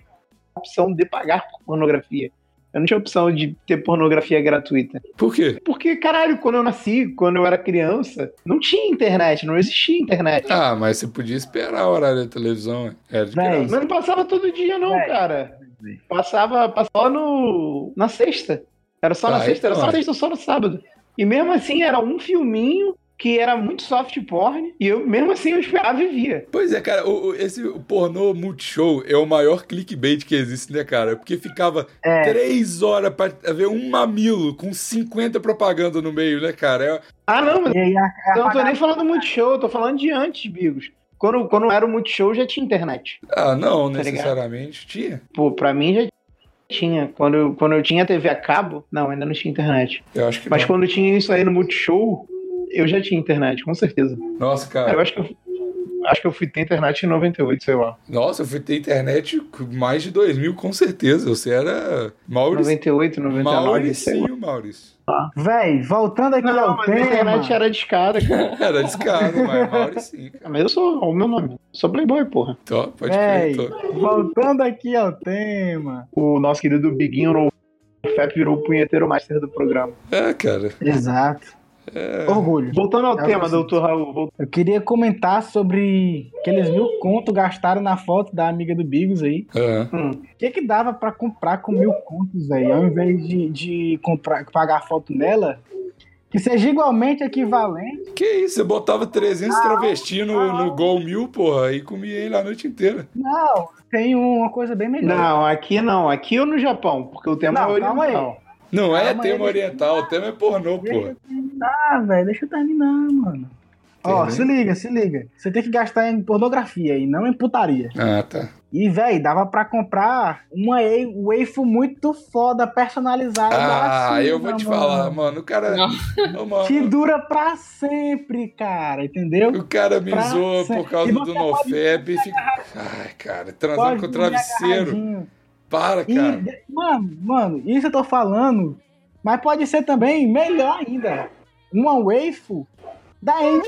[SPEAKER 4] opção de pagar por pornografia. Eu não tinha opção de ter pornografia gratuita.
[SPEAKER 1] Por quê?
[SPEAKER 4] Porque, caralho, quando eu nasci, quando eu era criança, não tinha internet, não existia internet.
[SPEAKER 1] Ah, mas você podia esperar o horário da televisão. ué. Era de
[SPEAKER 2] Véi.
[SPEAKER 1] graça.
[SPEAKER 4] Mas não passava todo dia, não,
[SPEAKER 2] Velho.
[SPEAKER 4] cara.
[SPEAKER 2] ver.
[SPEAKER 4] Passava, passava só no, na sexta. Era só na
[SPEAKER 1] Vai,
[SPEAKER 4] sexta, era só na
[SPEAKER 1] olha.
[SPEAKER 4] sexta, só no sábado. E mesmo assim, era um filminho que era muito soft porn. E eu, mesmo assim, eu esperava e via.
[SPEAKER 1] Pois é, cara, o, o- esse pornô multishow é o maior clickbait que existe, né, cara? Porque ficava
[SPEAKER 2] É.
[SPEAKER 1] três horas pra ver um mamilo com 50 propaganda no meio, né, cara? É-
[SPEAKER 4] Ah, não, mas
[SPEAKER 2] E aí, a, a,
[SPEAKER 4] eu não tô nem falando muito show, eu tô falando de antes, Bigos. Quando, quando era muito show, já tinha internet.
[SPEAKER 1] Ah, não,
[SPEAKER 4] Tá ligado?
[SPEAKER 1] necessariamente. Tinha.
[SPEAKER 4] Pô, pra mim já tinha. Quando eu, quando eu tinha TV a cabo, não, ainda não tinha internet.
[SPEAKER 1] Eu acho que
[SPEAKER 4] Mas
[SPEAKER 1] não.
[SPEAKER 4] quando tinha isso aí no Multishow, eu já tinha internet, com certeza.
[SPEAKER 1] Nossa,
[SPEAKER 4] Cara, eu
[SPEAKER 1] cara.
[SPEAKER 4] acho que eu, acho que eu fui ter internet em 98, sei lá.
[SPEAKER 1] Nossa, eu fui ter internet com mais de 2000 com certeza. Você era Maurício.
[SPEAKER 4] 98, 99, sei lá.
[SPEAKER 1] Mauricinho, Maurício.
[SPEAKER 2] Véi, voltando aqui
[SPEAKER 4] Não,
[SPEAKER 2] ao
[SPEAKER 4] mas a
[SPEAKER 2] tema.
[SPEAKER 4] internet era de escada, cara.
[SPEAKER 1] Era descarado, mas Mauricinho. cara.
[SPEAKER 4] Ah, Mas eu sou, olha o meu nome, sou playboy, porra.
[SPEAKER 1] Tô, pode
[SPEAKER 2] Véi,
[SPEAKER 1] crer, tô.
[SPEAKER 2] voltando aqui ao tema.
[SPEAKER 4] O nosso querido Biguinho no FEP virou o punheteiro master do programa.
[SPEAKER 1] É, cara.
[SPEAKER 2] Exato. Orgulho.
[SPEAKER 4] Voltando ao
[SPEAKER 2] É o
[SPEAKER 4] tema,
[SPEAKER 2] que eu
[SPEAKER 4] doutor Raul, vol-
[SPEAKER 2] Eu queria comentar sobre aqueles mil conto gastaram na foto da amiga do Bigos aí.
[SPEAKER 1] Ah,
[SPEAKER 4] Hum.
[SPEAKER 2] O que que dava pra comprar com mil contos aí? Ao invés de, de comprar, pagar a foto nela, que seja igualmente equivalente.
[SPEAKER 1] Que isso, você botava 300 travesti no, no Gol Mil, porra, e comia ele a noite inteira.
[SPEAKER 2] Não, tem uma coisa bem melhor.
[SPEAKER 4] Não, aqui não, aqui ou no Japão, porque o tema
[SPEAKER 2] Não,
[SPEAKER 4] é oriental.
[SPEAKER 2] calma aí.
[SPEAKER 1] Não é
[SPEAKER 2] Calma aí,
[SPEAKER 1] tema
[SPEAKER 2] deixa-
[SPEAKER 1] oriental, o tema é pornô,
[SPEAKER 2] Deixa
[SPEAKER 1] porra.
[SPEAKER 2] eu terminar, velho. Deixa eu terminar, mano. Ó,
[SPEAKER 1] Termina.
[SPEAKER 2] se liga, se liga. Você tem que gastar em pornografia e não em putaria.
[SPEAKER 1] Ah, tá.
[SPEAKER 2] E, velho, dava pra comprar uma e- waifo muito foda, personalizada.
[SPEAKER 1] Ah,
[SPEAKER 2] assim,
[SPEAKER 1] eu vou te
[SPEAKER 2] mano.
[SPEAKER 1] falar, mano. O cara.
[SPEAKER 3] Não.
[SPEAKER 1] Ô, mano,
[SPEAKER 2] Que dura pra sempre, cara, entendeu?
[SPEAKER 1] O cara me
[SPEAKER 2] Pra
[SPEAKER 1] zoa
[SPEAKER 2] sempre.
[SPEAKER 1] por causa
[SPEAKER 2] E
[SPEAKER 1] do
[SPEAKER 2] você pode
[SPEAKER 1] Nofeb e fica. Ai, cara, transando
[SPEAKER 2] Pode
[SPEAKER 1] com o
[SPEAKER 2] dormir
[SPEAKER 1] travesseiro.
[SPEAKER 2] agarradinho.
[SPEAKER 1] Para,
[SPEAKER 2] E,
[SPEAKER 1] cara.
[SPEAKER 2] de- mano, mano, isso eu tô falando, mas pode ser também melhor ainda. Uma waifo da Angel.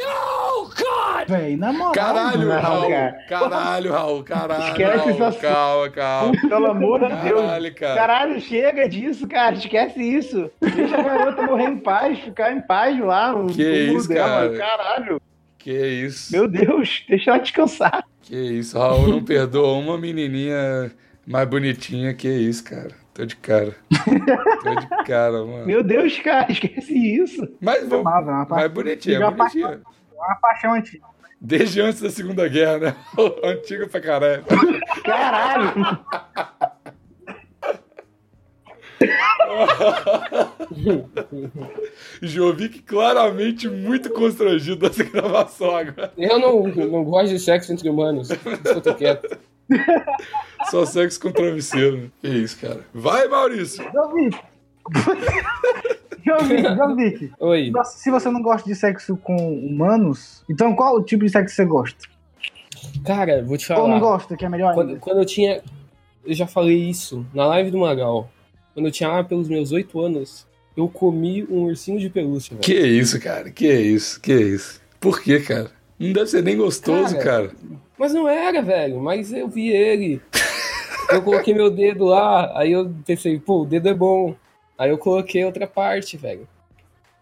[SPEAKER 2] Véi, na moral.
[SPEAKER 1] Caralho,
[SPEAKER 4] Não,
[SPEAKER 1] Raul.
[SPEAKER 4] cara.
[SPEAKER 1] Caralho, Raul. Caralho.
[SPEAKER 4] Esquece
[SPEAKER 1] Raul,
[SPEAKER 4] essa-
[SPEAKER 1] Calma, calma.
[SPEAKER 4] Pelo amor de Deus,
[SPEAKER 1] Caralho, cara.
[SPEAKER 4] Caralho, chega disso, cara. Esquece isso. Deixa a garota morrer em paz, ficar em paz lá. No
[SPEAKER 1] Que
[SPEAKER 4] túmulo
[SPEAKER 1] isso, cara.
[SPEAKER 4] Caralho.
[SPEAKER 1] Que isso.
[SPEAKER 4] Meu Deus, deixa ela descansar.
[SPEAKER 1] Que isso. Raul não perdoa uma menininha mais bonitinha. Que isso, cara. Tô de cara. Tô de cara, mano.
[SPEAKER 4] Meu Deus, cara, esquece isso.
[SPEAKER 1] Mas vamos.
[SPEAKER 2] Amava, uma, pa
[SPEAKER 1] Mais bonitinha, é
[SPEAKER 2] Meu
[SPEAKER 1] bonitinha.
[SPEAKER 2] uma paixão antiga.
[SPEAKER 1] Desde antes da Segunda Guerra, né? Antigo pra caralho.
[SPEAKER 4] Caralho.
[SPEAKER 1] Jovic claramente muito constrangido dessa gravação agora.
[SPEAKER 3] Eu não, não gosto de sexo entre humanos. Por isso que eu tô quieto.
[SPEAKER 1] Só sexo com travesseiro. né? Que isso, cara. Vai, Maurício.
[SPEAKER 2] Jovic. Jovic, Jovic.
[SPEAKER 3] Oi.
[SPEAKER 2] Nossa, se você não gosta de sexo com humanos, então qual o tipo de sexo você gosta?
[SPEAKER 3] Cara, vou
[SPEAKER 1] Tá
[SPEAKER 3] te
[SPEAKER 2] Ou não
[SPEAKER 3] falar.
[SPEAKER 2] gosta, que é melhor
[SPEAKER 3] Quando,
[SPEAKER 2] ainda?
[SPEAKER 3] quando eu tinha. Eu já falei isso na live do Magal. Quando eu tinha lá pelos meus oito anos, eu comi um ursinho de pelúcia, velho.
[SPEAKER 1] Que isso, cara. Que isso, que isso. Por que, cara? Não deve ser nem gostoso, cara.
[SPEAKER 3] Cara. Mas não era, velho. Mas eu vi ele. Eu coloquei meu dedo lá, aí eu pensei, pô, o dedo é bom. Aí eu coloquei outra parte, velho.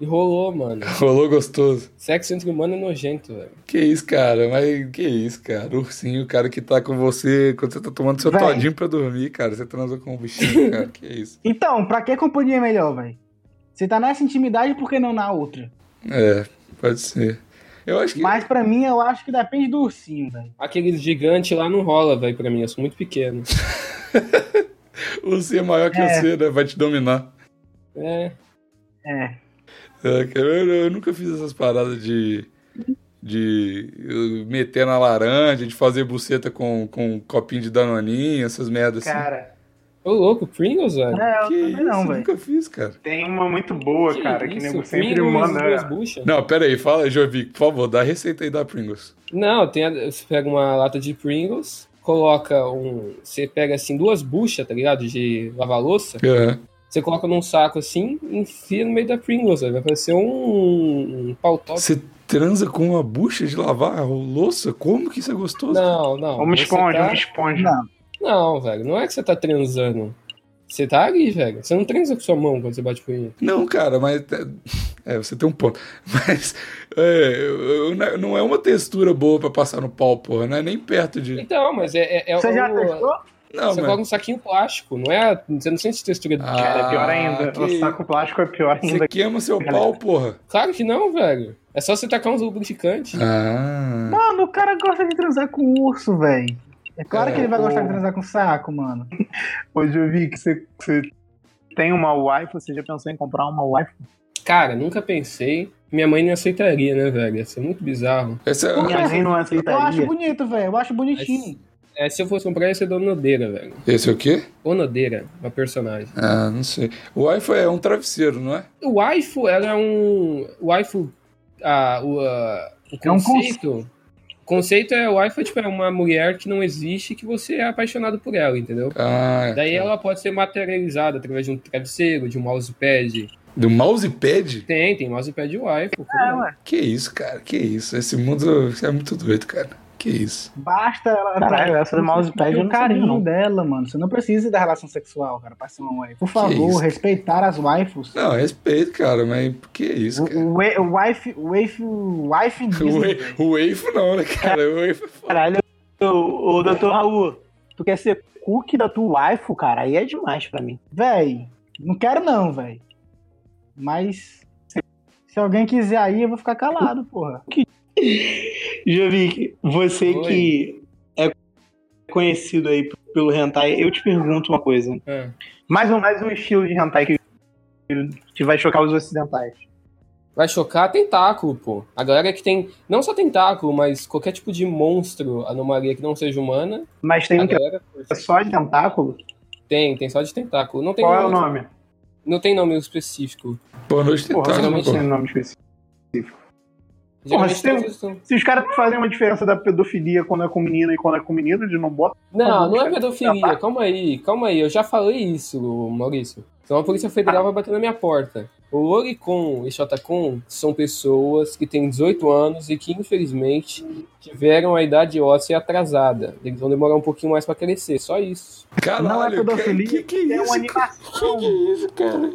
[SPEAKER 3] E rolou, mano.
[SPEAKER 1] Rolou gostoso.
[SPEAKER 3] Sexo entre humano é nojento, velho.
[SPEAKER 1] Que isso, cara. Mas que isso, cara. Ursinho, o cara que tá com você quando você tá tomando seu
[SPEAKER 2] Véi.
[SPEAKER 1] todinho pra dormir, cara. Você transou com um bichinho, cara. Que isso.
[SPEAKER 2] Então, pra que companhia é melhor, velho? Você tá nessa intimidade, por que não na outra?
[SPEAKER 1] É, pode ser. Eu acho que.
[SPEAKER 2] Mas pra mim, eu acho que depende do ursinho, velho.
[SPEAKER 3] Aqueles gigantes lá não rola, velho, pra mim. Eu sou muito pequeno.
[SPEAKER 1] O C é maior que
[SPEAKER 2] É.
[SPEAKER 1] o C, né? Vai te dominar.
[SPEAKER 3] É.
[SPEAKER 2] É.
[SPEAKER 1] É, cara, eu, eu nunca fiz essas paradas de. De eu meter na laranja, de fazer buceta com, com um copinho de danoninho, essas merdas assim.
[SPEAKER 4] Cara,
[SPEAKER 3] Ô, louco, Pringles, velho.
[SPEAKER 2] É, eu
[SPEAKER 1] que
[SPEAKER 2] também não,
[SPEAKER 1] isso?
[SPEAKER 2] velho.
[SPEAKER 1] nunca fiz, cara.
[SPEAKER 4] tem uma muito boa, cara, que
[SPEAKER 3] isso?
[SPEAKER 4] nego sempre né?
[SPEAKER 3] Pringles, duas
[SPEAKER 4] manda.
[SPEAKER 3] buchas?
[SPEAKER 1] Não, pera aí, fala, Jovic, por favor, dá a receita aí da Pringles.
[SPEAKER 3] Não, tem a- você pega uma lata de Pringles, coloca um. Você pega assim duas buchas, tá ligado? De lavar louça.
[SPEAKER 1] Aham.
[SPEAKER 3] Você coloca num saco assim, enfia no meio da Pringles, velho. vai parecer um, um pau top.
[SPEAKER 1] Você transa com uma bucha de lavar a louça? Como que isso é gostoso?
[SPEAKER 3] Não, não.
[SPEAKER 4] Uma
[SPEAKER 3] Você
[SPEAKER 4] esponja,
[SPEAKER 3] tá-
[SPEAKER 4] uma esponja.
[SPEAKER 2] Não,
[SPEAKER 3] Não, velho, não é que você tá transando. Você tá ali, velho. Você não transa com sua mão quando você bate com ele.
[SPEAKER 1] Não, cara, mas. É, você tem um ponto. Mas. é, eu- eu- não é uma textura boa pra passar no pau, porra. Não é nem perto de.
[SPEAKER 3] Então, mas é, é, é
[SPEAKER 2] você já
[SPEAKER 3] o-
[SPEAKER 2] testou?
[SPEAKER 1] Não,
[SPEAKER 3] você
[SPEAKER 1] mas-
[SPEAKER 3] coloca um saquinho plástico, não é? Você não sente textura do
[SPEAKER 1] Ah.
[SPEAKER 3] cara.
[SPEAKER 4] Cara, é pior ainda.
[SPEAKER 1] que-
[SPEAKER 4] O saco plástico é pior ainda.
[SPEAKER 1] Você queima seu pau, porra.
[SPEAKER 3] Claro que não, velho. É só você tacar uns lubrificantes.
[SPEAKER 1] Ah.
[SPEAKER 2] Mano, o cara gosta de transar com um urso, velho. É claro
[SPEAKER 1] É,
[SPEAKER 2] que ele vai
[SPEAKER 4] o-
[SPEAKER 2] gostar de transar com saco, mano.
[SPEAKER 4] Hoje eu vi que você, que você tem uma wife, você já pensou em comprar uma wife?
[SPEAKER 3] Cara, nunca pensei. Minha mãe não aceitaria, né, velho? Ia ser muito bizarro.
[SPEAKER 1] Essa é-
[SPEAKER 4] Minha mãe não
[SPEAKER 2] Eu acho
[SPEAKER 4] aceitaria.
[SPEAKER 2] bonito, velho. Eu acho bonitinho.
[SPEAKER 3] É, se eu fosse comprar, ia ser da Onodeira, velho.
[SPEAKER 1] Esse é o quê?
[SPEAKER 3] Onodeira, uma personagem.
[SPEAKER 1] Ah, não sei. O iPhone é um travesseiro, não é?
[SPEAKER 3] O waifu, ela é um... O waifu... ah, o, ah, o
[SPEAKER 2] É um
[SPEAKER 3] conceito... o conceito é o waifu é, tipo, é uma mulher que não existe que você é apaixonado por ela, entendeu?
[SPEAKER 1] Ah,
[SPEAKER 3] Daí
[SPEAKER 1] tá.
[SPEAKER 3] ela pode ser materializada através de um travesseiro, de um mousepad.
[SPEAKER 1] Do mousepad?
[SPEAKER 3] Tem, tem mousepad
[SPEAKER 2] É,
[SPEAKER 3] waifu. como não?
[SPEAKER 1] Que isso, cara? Que isso? Esse mundo é muito doido, cara. Que isso?
[SPEAKER 2] Basta ela.
[SPEAKER 4] Caralho, é essa do mousepad eu
[SPEAKER 2] o
[SPEAKER 4] não
[SPEAKER 2] carinho
[SPEAKER 4] sabia, não.
[SPEAKER 2] dela, mano. Você não precisa da relação sexual, cara, pra ser uma wife. Por favor,
[SPEAKER 1] isso?
[SPEAKER 2] respeitar as waifus.
[SPEAKER 1] Não, respeito, cara, mas que isso, cara?
[SPEAKER 2] O, o, o wife, wife, wife
[SPEAKER 1] O
[SPEAKER 2] Disney.
[SPEAKER 1] wai- O Waifo não, né, cara? O Waifo é foda.
[SPEAKER 4] Caralho, o, o Dr. Raul, tu quer ser cookie da tua wife, cara? Aí é demais pra mim.
[SPEAKER 2] Véi, não quero não, véi. Mas se alguém quiser aí, eu vou ficar calado, porra.
[SPEAKER 4] Jovic, você
[SPEAKER 3] Oi.
[SPEAKER 4] que é conhecido aí pelo hentai, eu te pergunto uma coisa.
[SPEAKER 3] Ah.
[SPEAKER 4] Mais ou mais um estilo de hentai que, que vai chocar os ocidentais.
[SPEAKER 3] Vai chocar tentáculo, pô. A galera que tem, não só tentáculo, mas qualquer tipo de monstro, anomalia que não seja humana.
[SPEAKER 4] Mas tem
[SPEAKER 3] a
[SPEAKER 4] um que
[SPEAKER 3] galera
[SPEAKER 4] é só de tentáculo?
[SPEAKER 3] tem, tem só de tentáculo. Não tem,
[SPEAKER 4] Qual é o
[SPEAKER 3] nome,
[SPEAKER 4] nome?
[SPEAKER 3] não tem nome específico.
[SPEAKER 1] Boa noite,
[SPEAKER 4] Porra,
[SPEAKER 1] Tentáculo,
[SPEAKER 4] geralmente
[SPEAKER 1] pô.
[SPEAKER 4] tem nome específico.
[SPEAKER 3] Geralmente
[SPEAKER 4] mas tem- um-
[SPEAKER 3] todos são-
[SPEAKER 4] Se os caras fazem uma diferença da pedofilia quando é com menina e quando é com menino, eles não botam.
[SPEAKER 3] Não, não é
[SPEAKER 4] Tá.
[SPEAKER 3] pedofilia. Calma aí, calma aí. Eu já falei isso, Maurício. Então a Polícia Federal vai bater na minha porta. O Oricon e Shotacon são pessoas que têm 18 anos e que, infelizmente, tiveram a idade óssea atrasada. Eles vão demorar um pouquinho mais pra crescer, só isso.
[SPEAKER 1] Caralho,
[SPEAKER 2] Não é pedofilia,
[SPEAKER 1] cara, que, que
[SPEAKER 2] é
[SPEAKER 1] isso,
[SPEAKER 2] uma
[SPEAKER 1] cara?
[SPEAKER 2] animação.
[SPEAKER 1] Que é isso, cara?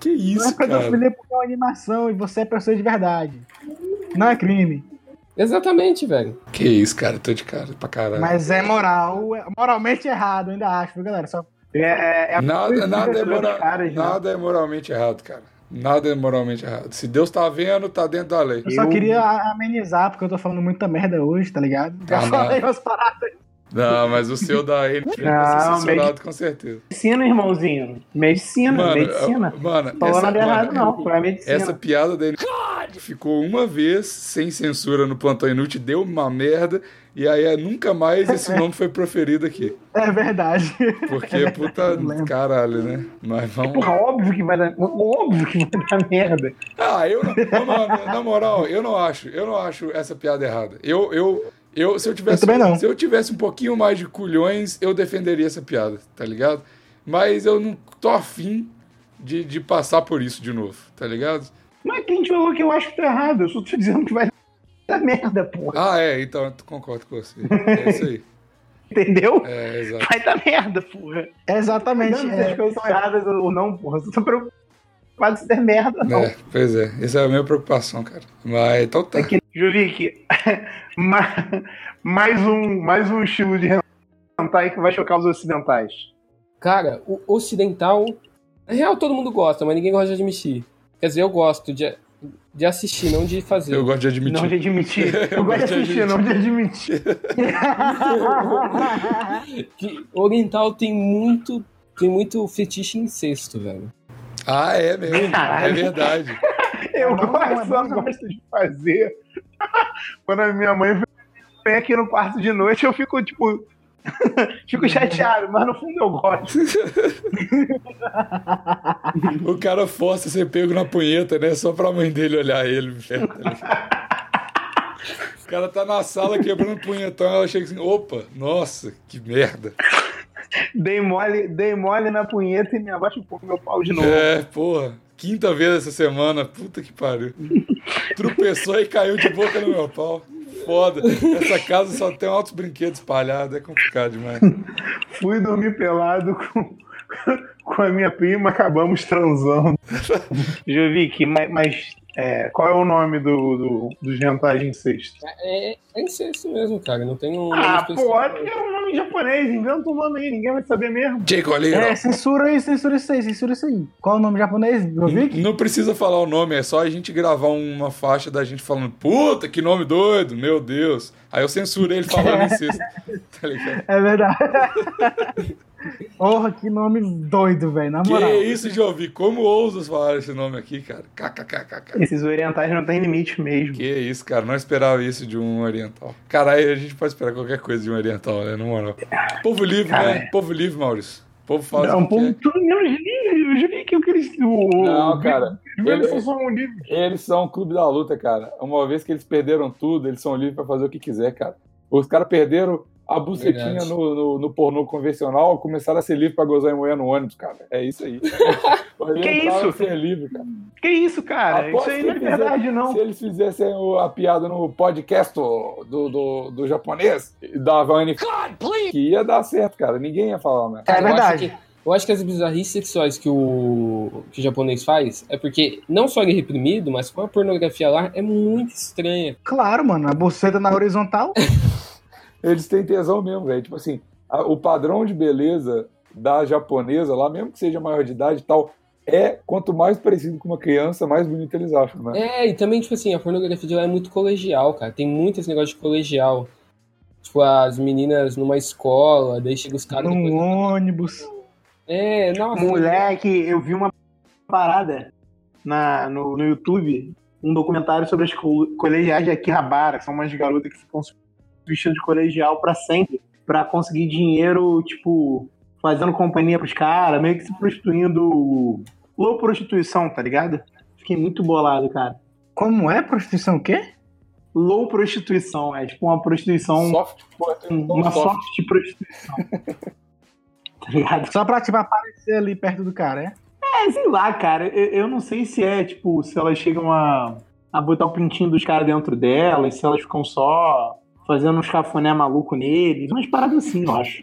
[SPEAKER 1] que
[SPEAKER 2] Não é
[SPEAKER 1] isso, cara?
[SPEAKER 2] pedofilia porque é uma animação e você é pessoa de verdade. Não é crime.
[SPEAKER 3] Exatamente, velho.
[SPEAKER 1] Que isso, cara? Tô de cara pra caralho.
[SPEAKER 2] Mas é moral, é moralmente errado, ainda acho, viu, galera? Só
[SPEAKER 4] É, é, é
[SPEAKER 1] Nada, nada, é
[SPEAKER 4] dos
[SPEAKER 1] mora-
[SPEAKER 4] caras, né?
[SPEAKER 1] nada é moralmente errado, cara. Nada é moralmente errado. Se Deus tá vendo, tá dentro da lei.
[SPEAKER 2] Eu só
[SPEAKER 4] Eu-
[SPEAKER 2] queria a- amenizar, porque eu tô falando muita merda hoje, tá ligado?
[SPEAKER 4] Ah,
[SPEAKER 1] Tá,
[SPEAKER 2] Já falei umas paradas.
[SPEAKER 1] Não, mas o seu da ele vai ser
[SPEAKER 4] Não,
[SPEAKER 1] censurado com certeza.
[SPEAKER 4] medicina, irmãozinho. Medicina,
[SPEAKER 1] Mano,
[SPEAKER 4] medicina.
[SPEAKER 1] eu- mano,
[SPEAKER 4] Falou
[SPEAKER 1] essa,
[SPEAKER 4] nada
[SPEAKER 1] mano,
[SPEAKER 4] errado, não. Foi a medicina.
[SPEAKER 2] assim,
[SPEAKER 1] Essa piada dele ficou uma vez sem censura no Plantão Inútil, deu uma merda, e aí é, nunca mais esse nome foi proferido aqui.
[SPEAKER 2] É verdade.
[SPEAKER 1] Porque, puta,
[SPEAKER 2] eu lembro.
[SPEAKER 1] caralho, né? Mas vamos.
[SPEAKER 4] Porra, óbvio que vai dar. Óbvio que vai dar merda.
[SPEAKER 1] Ah, eu não. Ô, mano, na moral, eu não acho. Eu não acho essa piada errada. Eu, eu, eu, se eu tivesse.
[SPEAKER 2] Eu também não.
[SPEAKER 1] Se eu tivesse um pouquinho mais de culhões, eu defenderia essa piada, tá ligado? Mas eu não tô afim de, de passar por isso de novo, tá ligado?
[SPEAKER 4] Mas quem te falou é que eu acho que tá errado? Eu só tô dizendo que vai dar merda, porra.
[SPEAKER 1] Ah, é, então eu concordo com você. É isso aí.
[SPEAKER 4] Entendeu?
[SPEAKER 1] É, exato.
[SPEAKER 4] Vai dar merda, porra. Não
[SPEAKER 2] Exatamente.
[SPEAKER 4] sei se as
[SPEAKER 2] é.
[SPEAKER 4] coisas são erradas ou não, porra. Eu só tô preocupado se der merda, não.
[SPEAKER 1] É, pois é, essa é a minha preocupação, cara. Mas então
[SPEAKER 2] É
[SPEAKER 1] tá.
[SPEAKER 4] Juvic, ma- mais um, mais um estilo de hentai que vai chocar os ocidentais.
[SPEAKER 3] Cara, o ocidental. Na real, todo mundo gosta, mas ninguém gosta de admitir. Quer dizer, eu gosto de, de assistir, não de fazer.
[SPEAKER 1] Eu gosto de admitir.
[SPEAKER 4] Não de admitir. Eu gosto de assistir, não de admitir.
[SPEAKER 3] Que oriental tem muito. Tem muito fetiche em incesto, velho.
[SPEAKER 1] Ah, é mesmo. É
[SPEAKER 4] Caralho.
[SPEAKER 1] verdade.
[SPEAKER 4] Eu
[SPEAKER 2] É bom,
[SPEAKER 4] gosto,
[SPEAKER 2] é
[SPEAKER 4] só
[SPEAKER 2] bom.
[SPEAKER 4] gosto de fazer. Quando a minha mãe vem aqui no quarto de noite, eu fico, tipo. fico chateado, mas no fundo eu gosto.
[SPEAKER 1] O cara força a ser pego na punheta, né? Só pra mãe dele olhar ele. velho, tá ligado? O cara tá na sala quebrando punhetão, ela chega assim, opa, nossa, que merda.
[SPEAKER 4] Dei mole, dei mole na punheta e minha avó chupou meu pau de novo.
[SPEAKER 1] É, porra, quinta vez essa semana, puta que pariu. Tropeçou e caiu de boca no meu pau. Foda, essa casa só tem altos brinquedos espalhados, é complicado demais.
[SPEAKER 4] Fui dormir pelado com, com a minha prima, acabamos transando. Jovic, ma- mas, É, qual é o nome do, do, dos rentais de incesto?
[SPEAKER 3] É, é incesto mesmo, cara. Não tem um.
[SPEAKER 4] Ah,
[SPEAKER 3] nome
[SPEAKER 4] pô,
[SPEAKER 3] específico.
[SPEAKER 4] é um nome japonês, inventa um nome aí, ninguém vai saber mesmo.
[SPEAKER 5] Jake Oliveira.
[SPEAKER 2] É, censura aí, censura isso aí, censura isso aí. Qual é o nome japonês, meu Vic?
[SPEAKER 5] Não precisa falar o nome, é só a gente gravar uma faixa da gente falando, puta, que nome doido, meu Deus. Aí eu censurei ele falando incesto. Tá ligado?
[SPEAKER 2] É verdade. Porra, que nome doido, velho, na
[SPEAKER 5] Que
[SPEAKER 2] moral.
[SPEAKER 5] isso de ouvir? Como ousas falar esse nome aqui, cara? KKKKK.
[SPEAKER 4] Esses orientais não tem limite mesmo.
[SPEAKER 5] Que isso, cara, não esperava isso de um oriental. Caralho, a gente pode esperar qualquer coisa de um oriental, né? Na moral. Povo livre, né?
[SPEAKER 4] Caralho.
[SPEAKER 5] Povo livre, Maurício. Povo fala
[SPEAKER 4] Não,
[SPEAKER 5] assim,
[SPEAKER 4] um povo tudo menos livre. Eu jurei que o Cris. o-
[SPEAKER 1] Não, cara.
[SPEAKER 4] Os velhos
[SPEAKER 1] Ele-
[SPEAKER 4] são um livre.
[SPEAKER 1] Eles são o clube da luta, cara. Uma vez que eles perderam tudo, eles são livres pra fazer o que quiser, cara. Os caras perderam a bucetinha
[SPEAKER 3] Verdade.
[SPEAKER 1] no, no, no pornô convencional, começaram a ser livres pra gozar e moer no ônibus, cara. É isso aí. Eles
[SPEAKER 4] Que
[SPEAKER 1] tentaram
[SPEAKER 4] isso?
[SPEAKER 1] ser livre, cara.
[SPEAKER 4] Que isso, cara?
[SPEAKER 1] Aposto
[SPEAKER 4] isso aí
[SPEAKER 1] que
[SPEAKER 4] não é
[SPEAKER 1] fizer-
[SPEAKER 4] verdade, não.
[SPEAKER 1] Se eles fizessem o- a piada no podcast do, do, do japonês, um da Vani, que ia dar certo, cara. Ninguém ia falar, né?
[SPEAKER 2] É
[SPEAKER 3] Cara,
[SPEAKER 2] verdade.
[SPEAKER 3] Eu acho, que, eu acho que as bizarrices sexuais que o, que o japonês faz é porque não só ele é reprimido, mas com a pornografia lá é muito estranha.
[SPEAKER 2] Claro, mano, a buceta na horizontal.
[SPEAKER 1] Eles têm tesão mesmo, velho. Tipo assim, a- o padrão de beleza da japonesa lá, mesmo que seja maior de idade e tal, é quanto mais parecido com uma criança, mais bonito eles acham, né?
[SPEAKER 3] É, e também, tipo assim, a pornografia de lá é muito colegial, cara. Tem muito esse negócio de colegial. Tipo, as meninas numa escola, daí chega os caras.
[SPEAKER 4] Hum.
[SPEAKER 2] num
[SPEAKER 3] depois-
[SPEAKER 2] um ônibus.
[SPEAKER 3] É, nossa.
[SPEAKER 4] Moleque, eu vi uma parada na, no, no YouTube, um documentário sobre as co- colegiais de Akihabara, que são umas garotas que ficam se vestindo de colegial pra sempre, pra conseguir dinheiro, tipo, fazendo companhia pros caras, meio que se prostituindo. Ou prostituição, tá ligado? Fiquei muito bolado, cara.
[SPEAKER 2] Como é prostituição o quê?
[SPEAKER 4] Low prostituição, é tipo uma prostituição,
[SPEAKER 1] Soft, pô, tem um tom
[SPEAKER 4] uma
[SPEAKER 1] soft.
[SPEAKER 4] soft prostituição. tá ligado?
[SPEAKER 2] Só pra, tipo, aparecer ali perto do cara, é?
[SPEAKER 4] É, sei lá, cara. Eu, eu não sei se é, tipo, se elas chegam a, a botar o pintinho dos caras dentro delas, se elas ficam só fazendo uns cafuné maluco neles, umas paradas assim, eu acho.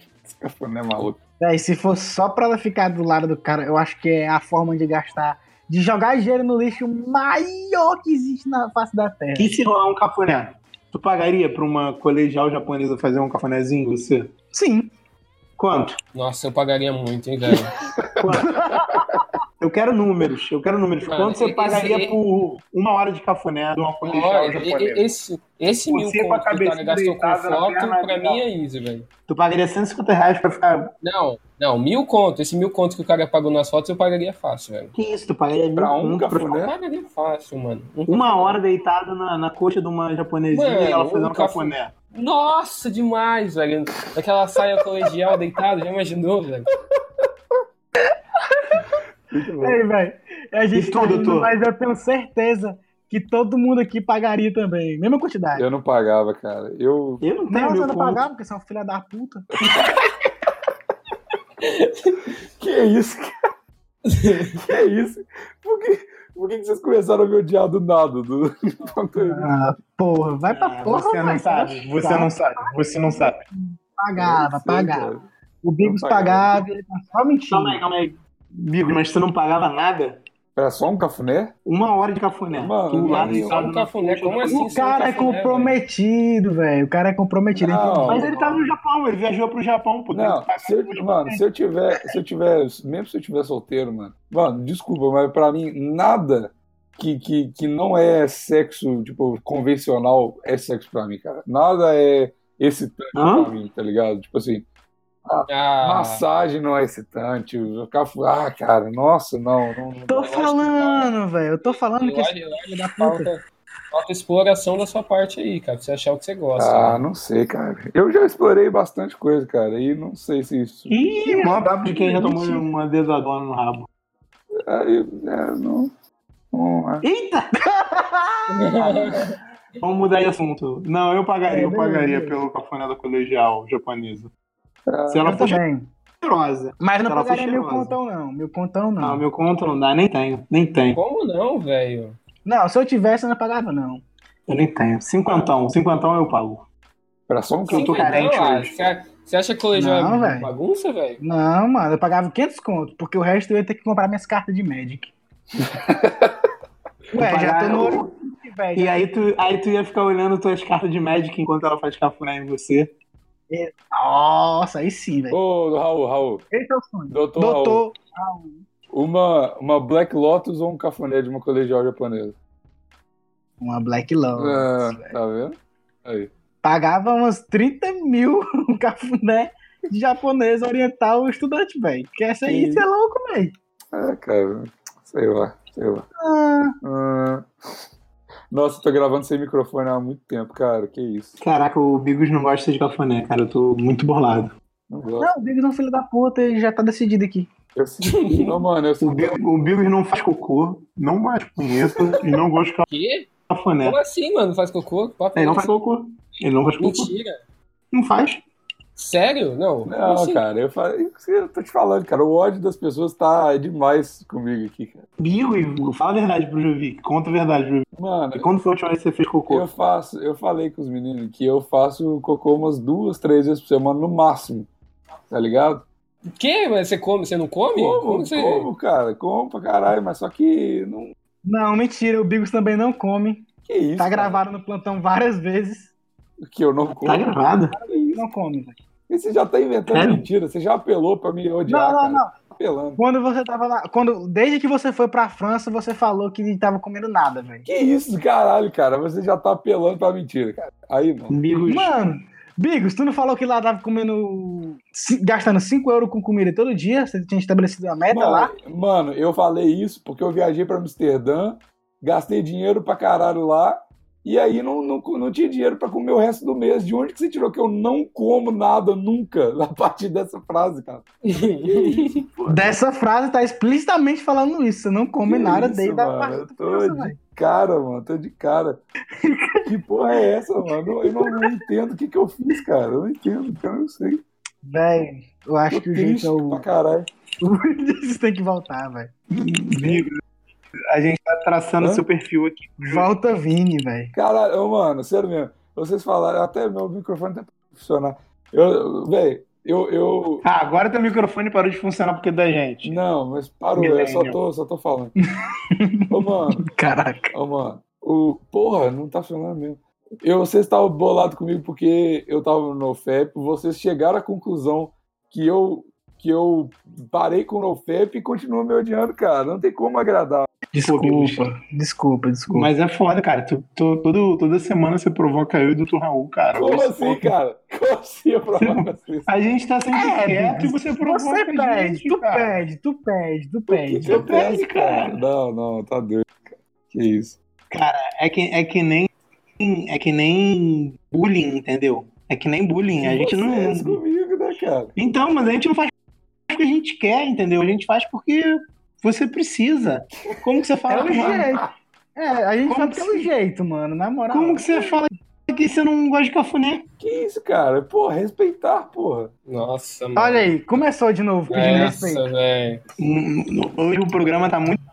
[SPEAKER 1] Né, maluco?
[SPEAKER 2] Daí, É, se for só pra ela ficar do lado do cara, eu acho que é a forma de gastar, de jogar dinheiro no lixo maior que existe na face da Terra.
[SPEAKER 4] E se rolar um cafuné? Tu pagaria pra uma colegial japonesa fazer um cafunézinho, você?
[SPEAKER 2] Sim.
[SPEAKER 4] Quanto?
[SPEAKER 3] Nossa, eu pagaria muito, hein, velho.
[SPEAKER 4] Eu quero números, eu quero números.
[SPEAKER 3] Mano,
[SPEAKER 4] Quanto você
[SPEAKER 3] esse-
[SPEAKER 4] pagaria por uma hora de cafuné de uma colegial
[SPEAKER 3] Olha, e-
[SPEAKER 4] japonesa?
[SPEAKER 3] e- esse, esse mil
[SPEAKER 4] Você com a
[SPEAKER 3] conto que o
[SPEAKER 4] cabecinha
[SPEAKER 3] cara gastou com
[SPEAKER 4] deitada na
[SPEAKER 3] foto,
[SPEAKER 4] perna
[SPEAKER 3] pra
[SPEAKER 4] de pau.
[SPEAKER 3] mim é easy, velho.
[SPEAKER 4] Tu pagaria 150 reais pra ficar...
[SPEAKER 3] Não, não, mil conto. Esse mil conto que o cara pagou nas fotos, eu pagaria fácil, velho.
[SPEAKER 4] Que isso, tu pagaria
[SPEAKER 1] Pra
[SPEAKER 4] mil
[SPEAKER 1] um
[SPEAKER 4] conto pra-
[SPEAKER 3] Eu
[SPEAKER 1] cafuné,
[SPEAKER 3] pagaria fácil, mano. Um
[SPEAKER 4] Uma
[SPEAKER 3] cafuné.
[SPEAKER 4] hora deitado na, na coxa de uma japonesinha
[SPEAKER 3] Mano,
[SPEAKER 4] e ela fazendo
[SPEAKER 3] um
[SPEAKER 4] um cafuné.
[SPEAKER 3] Nossa, demais, velho. Aquela saia colegial deitada, já imaginou, velho?
[SPEAKER 2] Ei, velho. A gente
[SPEAKER 4] E
[SPEAKER 2] tá
[SPEAKER 4] tu,
[SPEAKER 2] rindo,
[SPEAKER 4] doutor?
[SPEAKER 2] mas eu tenho certeza que todo mundo aqui pagaria também. Mesma quantidade.
[SPEAKER 1] eu não pagava, cara. Eu,
[SPEAKER 4] Eu não tenho
[SPEAKER 2] Não,
[SPEAKER 4] meu
[SPEAKER 2] você não
[SPEAKER 4] conto.
[SPEAKER 2] pagava, porque você é um filho da puta.
[SPEAKER 1] Que isso, cara? que isso? Por que, por que que vocês começaram a me odiar do nada? Do...
[SPEAKER 2] Ah, porra, vai pra
[SPEAKER 4] Ah,
[SPEAKER 2] porra, tá.
[SPEAKER 4] você não
[SPEAKER 2] vai.
[SPEAKER 4] sabe, é um você não sabe, você não sabe.
[SPEAKER 2] Pagava,
[SPEAKER 1] Eu sei,
[SPEAKER 2] pagava.
[SPEAKER 1] cara.
[SPEAKER 2] O Bigos
[SPEAKER 1] Não pagava.
[SPEAKER 2] pagava, ele tá só mentindo.
[SPEAKER 4] Calma aí, calma aí. Bigo, mas tu não pagava nada?
[SPEAKER 1] Era só um cafuné?
[SPEAKER 4] Uma hora de cafuné.
[SPEAKER 1] Mano,
[SPEAKER 4] É, tu
[SPEAKER 1] não,
[SPEAKER 4] lá
[SPEAKER 3] Só
[SPEAKER 4] deitado
[SPEAKER 3] um
[SPEAKER 4] na
[SPEAKER 3] cafuné,
[SPEAKER 4] coxa
[SPEAKER 3] como
[SPEAKER 4] da-
[SPEAKER 3] assim?
[SPEAKER 2] O cara é comprometido, velho. O cara é comprometido.
[SPEAKER 1] Não.
[SPEAKER 2] Então,
[SPEAKER 4] Mas ele tava no Japão, ele viajou pro Japão, pô.
[SPEAKER 1] Não,
[SPEAKER 4] tem que
[SPEAKER 1] se eu, mano, se eu tiver, se eu tiver, mesmo se eu tiver solteiro, mano, mano, desculpa, mas pra mim nada que, que, que não é sexo, tipo, convencional é sexo pra mim, cara. Nada é excitante
[SPEAKER 4] Hã?
[SPEAKER 1] pra mim, tá ligado? Tipo assim,
[SPEAKER 3] Ah,
[SPEAKER 1] massagem não é excitante, ficar, fu- ah, cara, nossa, não, não, não
[SPEAKER 2] Tô
[SPEAKER 1] dá.
[SPEAKER 2] falando, velho. Eu tô falando
[SPEAKER 3] Ah, eu
[SPEAKER 2] que
[SPEAKER 3] acho,
[SPEAKER 2] esse
[SPEAKER 3] eu acho
[SPEAKER 2] filho da puta.
[SPEAKER 3] falta, falta exploração da sua parte aí, cara. Pra você achar o que você gosta.
[SPEAKER 1] Ah,
[SPEAKER 3] né?
[SPEAKER 1] não sei, cara. Eu já explorei bastante coisa, cara, e não sei se isso.
[SPEAKER 4] Ih, mó papo de quem já tomou uma desadona no rabo.
[SPEAKER 1] Ah, eu- é, não, não é.
[SPEAKER 4] Eita! Vamos mudar de assunto. Não, eu pagaria, eu
[SPEAKER 2] É,
[SPEAKER 4] pagaria
[SPEAKER 2] beleza.
[SPEAKER 4] pelo cafuné da colegial japonesa.
[SPEAKER 1] Ah,
[SPEAKER 4] Se ela
[SPEAKER 2] Eu
[SPEAKER 4] fosse
[SPEAKER 2] também.
[SPEAKER 4] cheirosa.
[SPEAKER 2] Mas não
[SPEAKER 4] Ela foi
[SPEAKER 2] pagaria meu
[SPEAKER 4] cheirosa.
[SPEAKER 2] contão, não. Meu contão,
[SPEAKER 4] Não,
[SPEAKER 2] não.
[SPEAKER 4] Ah, meu conto não dá, nem tenho, nem tenho.
[SPEAKER 3] Como não, velho?
[SPEAKER 2] Não, se eu tivesse, eu não pagava, não.
[SPEAKER 4] Eu nem tenho. Cinquentão. Cinquentão eu pago.
[SPEAKER 1] Era só um
[SPEAKER 4] Eu tô
[SPEAKER 3] Cinquentão,
[SPEAKER 4] carente
[SPEAKER 3] ah,
[SPEAKER 4] hoje.
[SPEAKER 3] Você você acha que colegial
[SPEAKER 2] Não,
[SPEAKER 3] é
[SPEAKER 2] velho.
[SPEAKER 3] bagunça, velho?
[SPEAKER 2] Não, mano, eu pagava 500 conto, porque o resto eu ia ter que comprar minhas cartas de Magic.
[SPEAKER 4] Ué, já tô
[SPEAKER 2] Vai lá,
[SPEAKER 4] no
[SPEAKER 2] velho.
[SPEAKER 4] E aí tu, aí tu ia ficar olhando tuas cartas de Magic enquanto ela faz cafuné em você.
[SPEAKER 2] Nossa, aí sim, velho.
[SPEAKER 1] Ô, Raul, Raul.
[SPEAKER 2] Esse é o sonho.
[SPEAKER 1] Doutor, Raul.
[SPEAKER 4] Doutor,
[SPEAKER 1] Uma, uma Black Lotus ou um cafuné de uma colegial japonesa?
[SPEAKER 2] Uma Black Lotus.
[SPEAKER 1] Ah, tá vendo? Aí.
[SPEAKER 2] Pagava umas 30 mil um cafuné de japonês oriental estudante, velho. Que essa aí,
[SPEAKER 1] Sim.
[SPEAKER 2] você é louco, velho.
[SPEAKER 1] Ah, cara, sei lá, sei lá.
[SPEAKER 2] Ah,
[SPEAKER 1] Ah. Nossa, eu tô gravando sem microfone há muito tempo, cara. Que isso.
[SPEAKER 4] Caraca, o Bigos não gosta de cafuné, cara. Eu tô muito borlado.
[SPEAKER 1] Não gosto.
[SPEAKER 2] não, o Biggs é um filho da puta, ele já tá decidido aqui.
[SPEAKER 1] Eu sei- Não, mano, eu sei-
[SPEAKER 4] O, Bi- o Bigos não faz cocô, não mais punheta e não gosta de
[SPEAKER 3] Quê?
[SPEAKER 4] cafuné.
[SPEAKER 3] Como assim, mano? Faz cocô? Que Papo
[SPEAKER 4] Ele não
[SPEAKER 3] é
[SPEAKER 4] faz cocô. Ele não faz
[SPEAKER 3] esse?
[SPEAKER 4] cocô.
[SPEAKER 3] Mentira.
[SPEAKER 4] Não faz.
[SPEAKER 3] Sério? Não.
[SPEAKER 1] Não,
[SPEAKER 3] Como assim?
[SPEAKER 1] cara, eu, falo, eu tô te falando, cara. O ódio das pessoas tá demais comigo aqui, cara.
[SPEAKER 4] Bigos, fala a verdade pro Juvi. Conta a verdade pro Juvi.
[SPEAKER 1] Mano,
[SPEAKER 4] Quando foi a última vez que você fez cocô?
[SPEAKER 1] Eu faço, eu falei com os meninos que eu faço cocô umas duas, três vezes por semana no máximo. Tá ligado?
[SPEAKER 3] Quê? Mas você come? Você não come?
[SPEAKER 1] Como,
[SPEAKER 3] Como
[SPEAKER 1] como, assim?
[SPEAKER 3] você...
[SPEAKER 1] cara? Como pra caralho, mas só que. Não...
[SPEAKER 2] Não, mentira, o Bigos também não come.
[SPEAKER 1] Que isso?
[SPEAKER 2] Tá
[SPEAKER 1] cara?
[SPEAKER 2] gravado no plantão várias vezes.
[SPEAKER 1] Que eu não como.
[SPEAKER 4] Tá gravado?
[SPEAKER 1] Cara, isso.
[SPEAKER 2] Não come, velho.
[SPEAKER 1] E Você já tá inventando
[SPEAKER 4] Sério?
[SPEAKER 1] mentira, você já apelou pra me odiar.
[SPEAKER 2] Não, não,
[SPEAKER 1] cara.
[SPEAKER 2] não.
[SPEAKER 1] Tá apelando.
[SPEAKER 2] Quando você tava lá. Quando, desde que você foi pra França, você falou que não tava comendo nada, velho.
[SPEAKER 1] Que isso, caralho, cara? Você já tá apelando pra mentira, cara. Aí, mano.
[SPEAKER 4] Bigos.
[SPEAKER 2] Mano, Bigos, tu não falou que lá tava comendo. ci- gastando 5 euros com comida todo dia? Você tinha estabelecido uma meta
[SPEAKER 1] Mano,
[SPEAKER 2] lá?
[SPEAKER 1] mano, eu falei isso porque eu viajei pra Amsterdã, gastei dinheiro pra caralho lá, e aí não, não, não tinha dinheiro pra comer o resto do mês. De onde que você tirou que eu não como nada nunca? A partir dessa frase, cara.
[SPEAKER 2] Dessa frase tá explicitamente falando isso. Você não come
[SPEAKER 1] Que
[SPEAKER 2] nada
[SPEAKER 1] isso,
[SPEAKER 2] desde
[SPEAKER 1] mano?
[SPEAKER 2] a parte
[SPEAKER 1] Eu
[SPEAKER 2] da
[SPEAKER 1] tô
[SPEAKER 2] França,
[SPEAKER 1] de
[SPEAKER 2] velho.
[SPEAKER 1] cara, mano, tô de cara. Que porra é essa, mano? Eu não, não entendo o que, que eu fiz, cara. Eu não entendo, cara, eu não sei.
[SPEAKER 2] Velho, eu acho
[SPEAKER 1] Tô
[SPEAKER 2] que o jeito
[SPEAKER 1] triste
[SPEAKER 2] é
[SPEAKER 1] pra
[SPEAKER 2] o.
[SPEAKER 1] caralho.
[SPEAKER 2] Isso tem que voltar, velho.
[SPEAKER 4] Bigos. A gente tá traçando
[SPEAKER 1] Hã?
[SPEAKER 4] seu perfil aqui.
[SPEAKER 2] Volta Vini, velho.
[SPEAKER 1] Caralho, ô, mano, sério mesmo. Vocês falaram, até meu microfone tá funcionando. Eu, velho, eu, eu.
[SPEAKER 4] Ah, agora teu microfone parou de funcionar porque é da gente.
[SPEAKER 1] Não, mas parou, eu só tô, só tô falando. ô, mano,
[SPEAKER 2] Caraca.
[SPEAKER 1] ô, mano. O, porra, não tá funcionando mesmo. Eu, vocês estavam bolados comigo porque eu tava no FEP, vocês chegaram à conclusão que eu, que eu parei com o NoFap e continuo me odiando, cara. Não tem como agradar.
[SPEAKER 2] Desculpa, desculpa, desculpa.
[SPEAKER 4] Mas é foda, cara. Tu, tu- todo, toda semana você provoca eu e o Dr. Raul, cara.
[SPEAKER 1] Como assim, cara? Como assim eu provo vocês?
[SPEAKER 4] A gente tá sempre
[SPEAKER 2] É,
[SPEAKER 4] quieto e
[SPEAKER 2] Bigos,
[SPEAKER 4] você provoca
[SPEAKER 2] Você
[SPEAKER 4] a
[SPEAKER 2] pede,
[SPEAKER 4] gente,
[SPEAKER 2] tu
[SPEAKER 4] cara.
[SPEAKER 2] pede, tu pede, tu
[SPEAKER 1] Que
[SPEAKER 2] pede.
[SPEAKER 1] que eu
[SPEAKER 4] pede,
[SPEAKER 1] peço,
[SPEAKER 4] cara.
[SPEAKER 1] Não, não, tá doido. cara. Que isso.
[SPEAKER 4] É que, é que nem é que nem bullying, entendeu? É que nem bullying. A gente não. é.
[SPEAKER 1] Vocês comigo, né, cara?
[SPEAKER 4] Então, mas a gente não faz porque a gente quer, entendeu? A gente faz porque você precisa. Como que você
[SPEAKER 2] É
[SPEAKER 4] fala?
[SPEAKER 2] o jeito. É, a gente
[SPEAKER 4] Como
[SPEAKER 2] fala que é o
[SPEAKER 1] assim?
[SPEAKER 4] que-
[SPEAKER 2] jeito, mano, na moral.
[SPEAKER 4] Como que você fala que você não gosta de cafuné?
[SPEAKER 1] Que isso, cara? Porra, respeitar, porra.
[SPEAKER 3] Nossa, mano.
[SPEAKER 2] Olha aí, começou de novo pedindo respeito.
[SPEAKER 3] Nossa, velho.
[SPEAKER 4] Hoje o programa tá muito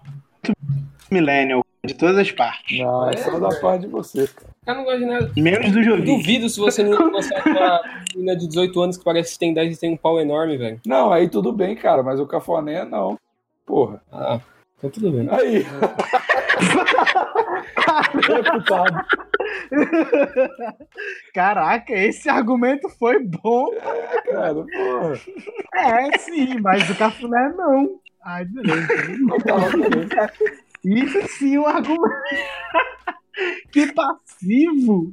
[SPEAKER 4] millennial, de todas as partes.
[SPEAKER 1] Não, é só da parte de vocês, cara.
[SPEAKER 3] O cara não gosta de nada.
[SPEAKER 4] Menos do Jovi.
[SPEAKER 3] Duvido se você não mostrar pra uma menina de 18 anos que parece que tem 10 e tem um pau enorme, velho.
[SPEAKER 1] Não, aí tudo bem, cara, mas o cafoné não. Porra.
[SPEAKER 3] Ah, tá tudo bem.
[SPEAKER 1] Aí. é Deputado.
[SPEAKER 2] Caraca, esse argumento foi bom.
[SPEAKER 1] É, cara, porra.
[SPEAKER 2] É, sim, mas o cafuné não. Ai, beleza.
[SPEAKER 1] Não tava feliz.
[SPEAKER 2] Isso sim, um argumento. que passivo.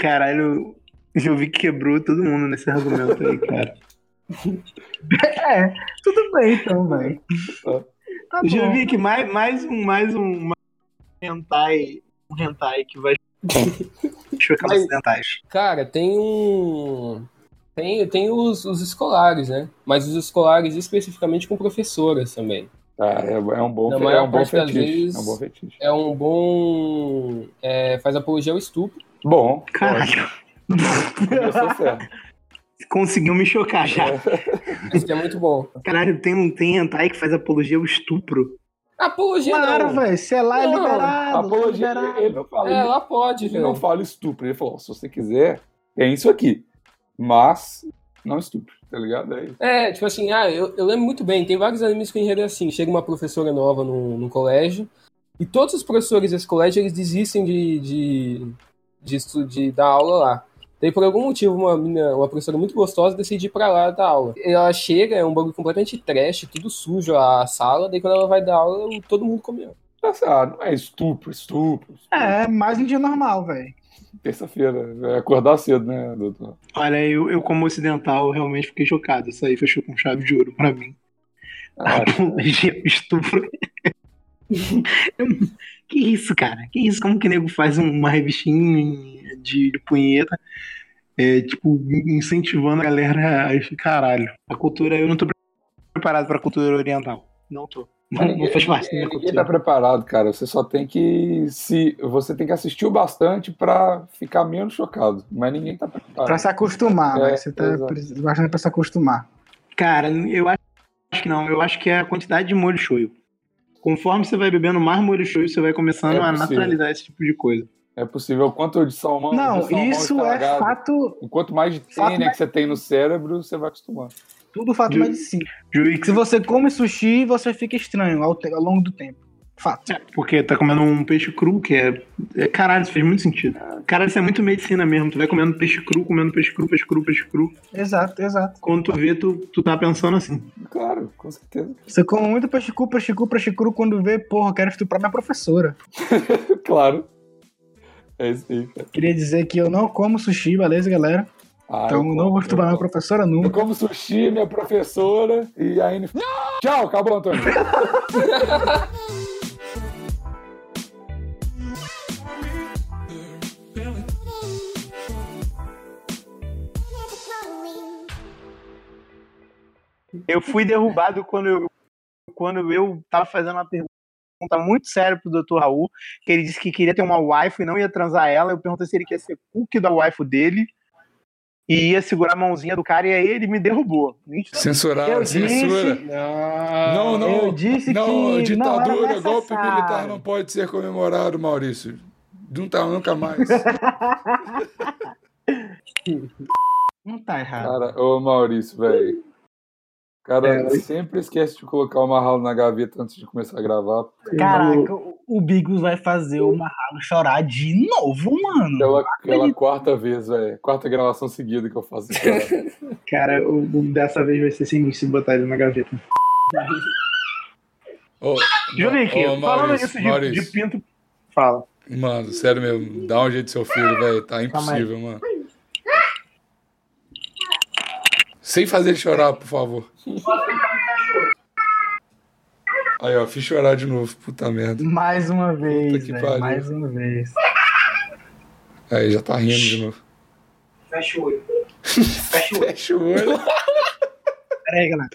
[SPEAKER 4] Caralho, o Jovi quebrou todo mundo nesse argumento aí, cara.
[SPEAKER 2] É, tudo bem então, velho. Tá
[SPEAKER 4] O
[SPEAKER 2] bom.
[SPEAKER 4] Jovi, que mais, mais um, mais um mais um hentai, um hentai que vai chocar os dentais.
[SPEAKER 3] Cara, tem um. Tem, tem os, os escolares, né? Mas os escolares especificamente com professoras também.
[SPEAKER 1] Cara, é, é um bom,
[SPEAKER 3] Na
[SPEAKER 1] fe- é
[SPEAKER 3] maior
[SPEAKER 1] um bom
[SPEAKER 3] parte das
[SPEAKER 1] fetiche.
[SPEAKER 3] vezes-
[SPEAKER 1] É um bom fetiche.
[SPEAKER 3] É um bom. é, faz apologia ao estupro.
[SPEAKER 1] Bom,
[SPEAKER 4] Caralho,
[SPEAKER 1] pode, começou certo.
[SPEAKER 4] conseguiu me chocar já.
[SPEAKER 3] Isso que é muito bom.
[SPEAKER 4] Caralho, tem, um, tem hentai que faz apologia ao estupro.
[SPEAKER 3] Apologia
[SPEAKER 2] Claro,
[SPEAKER 3] não.
[SPEAKER 2] velho. Sei lá, é
[SPEAKER 3] Não,
[SPEAKER 2] liberado.
[SPEAKER 1] Apologia,
[SPEAKER 2] liberado.
[SPEAKER 1] ele não fala.
[SPEAKER 3] É,
[SPEAKER 1] ele-
[SPEAKER 3] ela pode,
[SPEAKER 1] Ele não
[SPEAKER 3] velho.
[SPEAKER 1] fala estupro, ele falou, se você quiser, é isso aqui. Mas não estupro, tá ligado? É isso.
[SPEAKER 3] É, tipo assim, ah, eu, eu lembro muito bem, tem vários animes que o enredo é assim, chega uma professora nova no, no colégio, E todos os professores desse colégio, eles desistem de, de, de, estu- de dar aula lá. Daí, por algum motivo, uma, mina, uma professora muito gostosa decide ir pra lá dar aula. Ela chega, é um bagulho completamente trash, tudo sujo a sala. Daí, quando ela vai dar aula, todo mundo comeu.
[SPEAKER 1] Tá,
[SPEAKER 6] Ah, não é estupro, estupro.
[SPEAKER 2] É, mais um dia normal, velho.
[SPEAKER 6] Terça-feira,
[SPEAKER 1] é
[SPEAKER 6] vai acordar cedo, né, doutor?
[SPEAKER 4] Olha, eu, eu como ocidental, eu realmente fiquei chocado. Isso aí fechou com chave de ouro pra mim.
[SPEAKER 6] Ah,
[SPEAKER 4] Estupro. que isso, cara? Que isso? Como que nego faz um, uma revistinha de, de punheta, é, tipo, incentivando a galera a esse caralho? A cultura, eu não tô preparado pra cultura oriental. Não tô. Não, não faz parte da minha
[SPEAKER 6] Ninguém tá
[SPEAKER 4] cultura.
[SPEAKER 6] preparado, cara. Você só tem que se você tem que assistir o bastante pra ficar menos chocado. Mas ninguém tá preparado.
[SPEAKER 2] Pra se acostumar,
[SPEAKER 6] É,
[SPEAKER 2] velho. Você tá
[SPEAKER 6] exato.
[SPEAKER 2] precisando bastante pra se acostumar.
[SPEAKER 4] Cara, eu acho que não. Eu acho que é a quantidade de molho shoyu. Conforme você vai bebendo mais molho shoyu, você vai começando
[SPEAKER 6] É
[SPEAKER 4] a
[SPEAKER 6] possível.
[SPEAKER 4] naturalizar esse tipo de coisa.
[SPEAKER 6] É possível. Quanto de salmão? de
[SPEAKER 2] Não,
[SPEAKER 6] salmão
[SPEAKER 2] isso é
[SPEAKER 6] estragado.
[SPEAKER 2] fato,
[SPEAKER 6] E quanto mais de
[SPEAKER 2] Fato
[SPEAKER 6] tênia que você tem no cérebro, você vai acostumando.
[SPEAKER 2] tudo fato
[SPEAKER 4] De-
[SPEAKER 2] medicina.
[SPEAKER 4] Juiz,
[SPEAKER 2] Se você come sushi, você fica estranho ao, te- ao longo do tempo. Fato.
[SPEAKER 4] Porque tá comendo um peixe cru, que é. é- Caralho, isso fez muito sentido. Cara, isso é muito medicina mesmo. Tu vai comendo peixe cru, comendo peixe cru, peixe cru, peixe cru.
[SPEAKER 2] Exato, exato.
[SPEAKER 4] Quando tu vê, tu, tu tá pensando assim.
[SPEAKER 6] Claro, com certeza.
[SPEAKER 2] Você come muito peixe cru, peixe cru, peixe cru, quando vê, porra, eu quero estuprar minha professora.
[SPEAKER 6] Claro. É isso aí. cara.
[SPEAKER 2] Queria dizer que eu não como sushi, beleza, galera?
[SPEAKER 6] Ah,
[SPEAKER 2] Então
[SPEAKER 6] eu
[SPEAKER 2] não vou
[SPEAKER 6] como,
[SPEAKER 2] estuprar minha
[SPEAKER 6] eu como.
[SPEAKER 2] professora
[SPEAKER 6] Eu
[SPEAKER 2] nunca.
[SPEAKER 6] como sushi, minha professora e a N. Tchau, acabou, Antônio.
[SPEAKER 4] Eu fui derrubado quando eu, quando eu tava fazendo uma pergunta muito séria pro Dr. Raul, que ele disse que queria ter uma waifu e não ia transar ela. Eu perguntei se ele queria ser cookie da waifu dele e ia segurar a mãozinha do cara, e aí ele me derrubou.
[SPEAKER 1] Censurar,
[SPEAKER 2] Eu
[SPEAKER 1] censura.
[SPEAKER 2] disse-
[SPEAKER 1] Não, não.
[SPEAKER 2] eu disse
[SPEAKER 1] não,
[SPEAKER 2] que não
[SPEAKER 1] ditadura,
[SPEAKER 2] era
[SPEAKER 1] golpe
[SPEAKER 2] necessário.
[SPEAKER 1] militar não pode ser comemorado, Maurício. Nunca, nunca mais.
[SPEAKER 2] Não tá errado.
[SPEAKER 6] Cara, ô Maurício, velho. Cara,
[SPEAKER 4] É,
[SPEAKER 6] sempre esquece de colocar o Marralo na gaveta antes de começar a gravar.
[SPEAKER 2] Caraca, o- o Bigos vai fazer o Marralo chorar de novo, mano.
[SPEAKER 6] Pela, pela quarta vez, velho. Quarta gravação seguida que eu faço. isso, Cara.
[SPEAKER 4] Cara, o- o- dessa vez vai ser sinistro se botar ele na gaveta.
[SPEAKER 1] Ô,
[SPEAKER 4] Julique,
[SPEAKER 1] ô,
[SPEAKER 4] falando
[SPEAKER 1] Maurício,
[SPEAKER 4] isso de,
[SPEAKER 1] Maurício.
[SPEAKER 4] de pinto. Fala.
[SPEAKER 1] Mano, sério mesmo, dá um jeito seu filho, velho. Tá impossível, mano. Sem fazer ele chorar, por favor. Aí, ó, fiz chorar de novo, puta merda.
[SPEAKER 2] Mais uma vez,
[SPEAKER 1] que
[SPEAKER 2] velho.
[SPEAKER 1] pariu.
[SPEAKER 2] Mais uma vez.
[SPEAKER 1] Aí, já tá rindo de novo.
[SPEAKER 4] Fecha o olho.
[SPEAKER 1] Fecha o olho.
[SPEAKER 2] Pera aí, galera.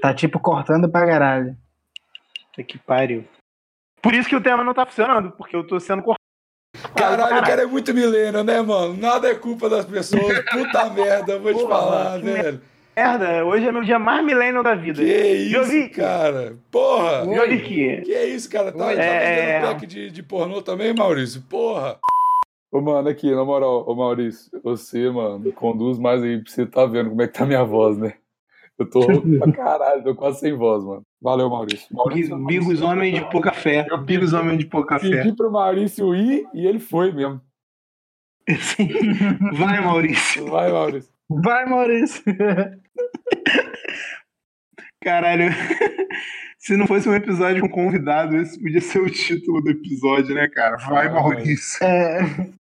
[SPEAKER 2] Tá tipo cortando pra caralho.
[SPEAKER 4] Puta que pariu. Por isso que o tema não tá funcionando, porque eu tô sendo cortado.
[SPEAKER 1] Caralho, o cara é muito milênio, né, mano? Nada é culpa das pessoas. Puta merda, eu vou te
[SPEAKER 4] Porra,
[SPEAKER 1] falar, né,
[SPEAKER 4] mano, que
[SPEAKER 1] velho.
[SPEAKER 4] Merda, hoje é meu dia mais milênio da vida.
[SPEAKER 1] Que isso,
[SPEAKER 4] Jovi.
[SPEAKER 1] cara. Porra.
[SPEAKER 4] E olha que.
[SPEAKER 1] Que isso, cara. Tá,
[SPEAKER 3] Oi.
[SPEAKER 1] tá
[SPEAKER 4] É.
[SPEAKER 1] vendendo pack de, de pornô também, Maurício? Porra.
[SPEAKER 6] Ô, mano, aqui, na moral, ô Maurício, você, mano, conduz mais aí pra você tá vendo como é que tá minha voz, né? Eu tô rouco pra caralho, tô quase sem voz, mano. Valeu, Maurício. Maurício
[SPEAKER 4] Bigos homem de pouca fé. Bigos homem de
[SPEAKER 6] eu
[SPEAKER 4] pouca é fé.
[SPEAKER 6] pedi pro Maurício ir e ele foi mesmo.
[SPEAKER 4] Vai, Maurício.
[SPEAKER 6] Vai, Maurício.
[SPEAKER 2] Vai, Maurício.
[SPEAKER 4] Caralho. Se não fosse um episódio com convidado, esse podia ser o título do episódio, né, cara? Vai,
[SPEAKER 6] Vai,
[SPEAKER 4] Maurício.
[SPEAKER 2] É,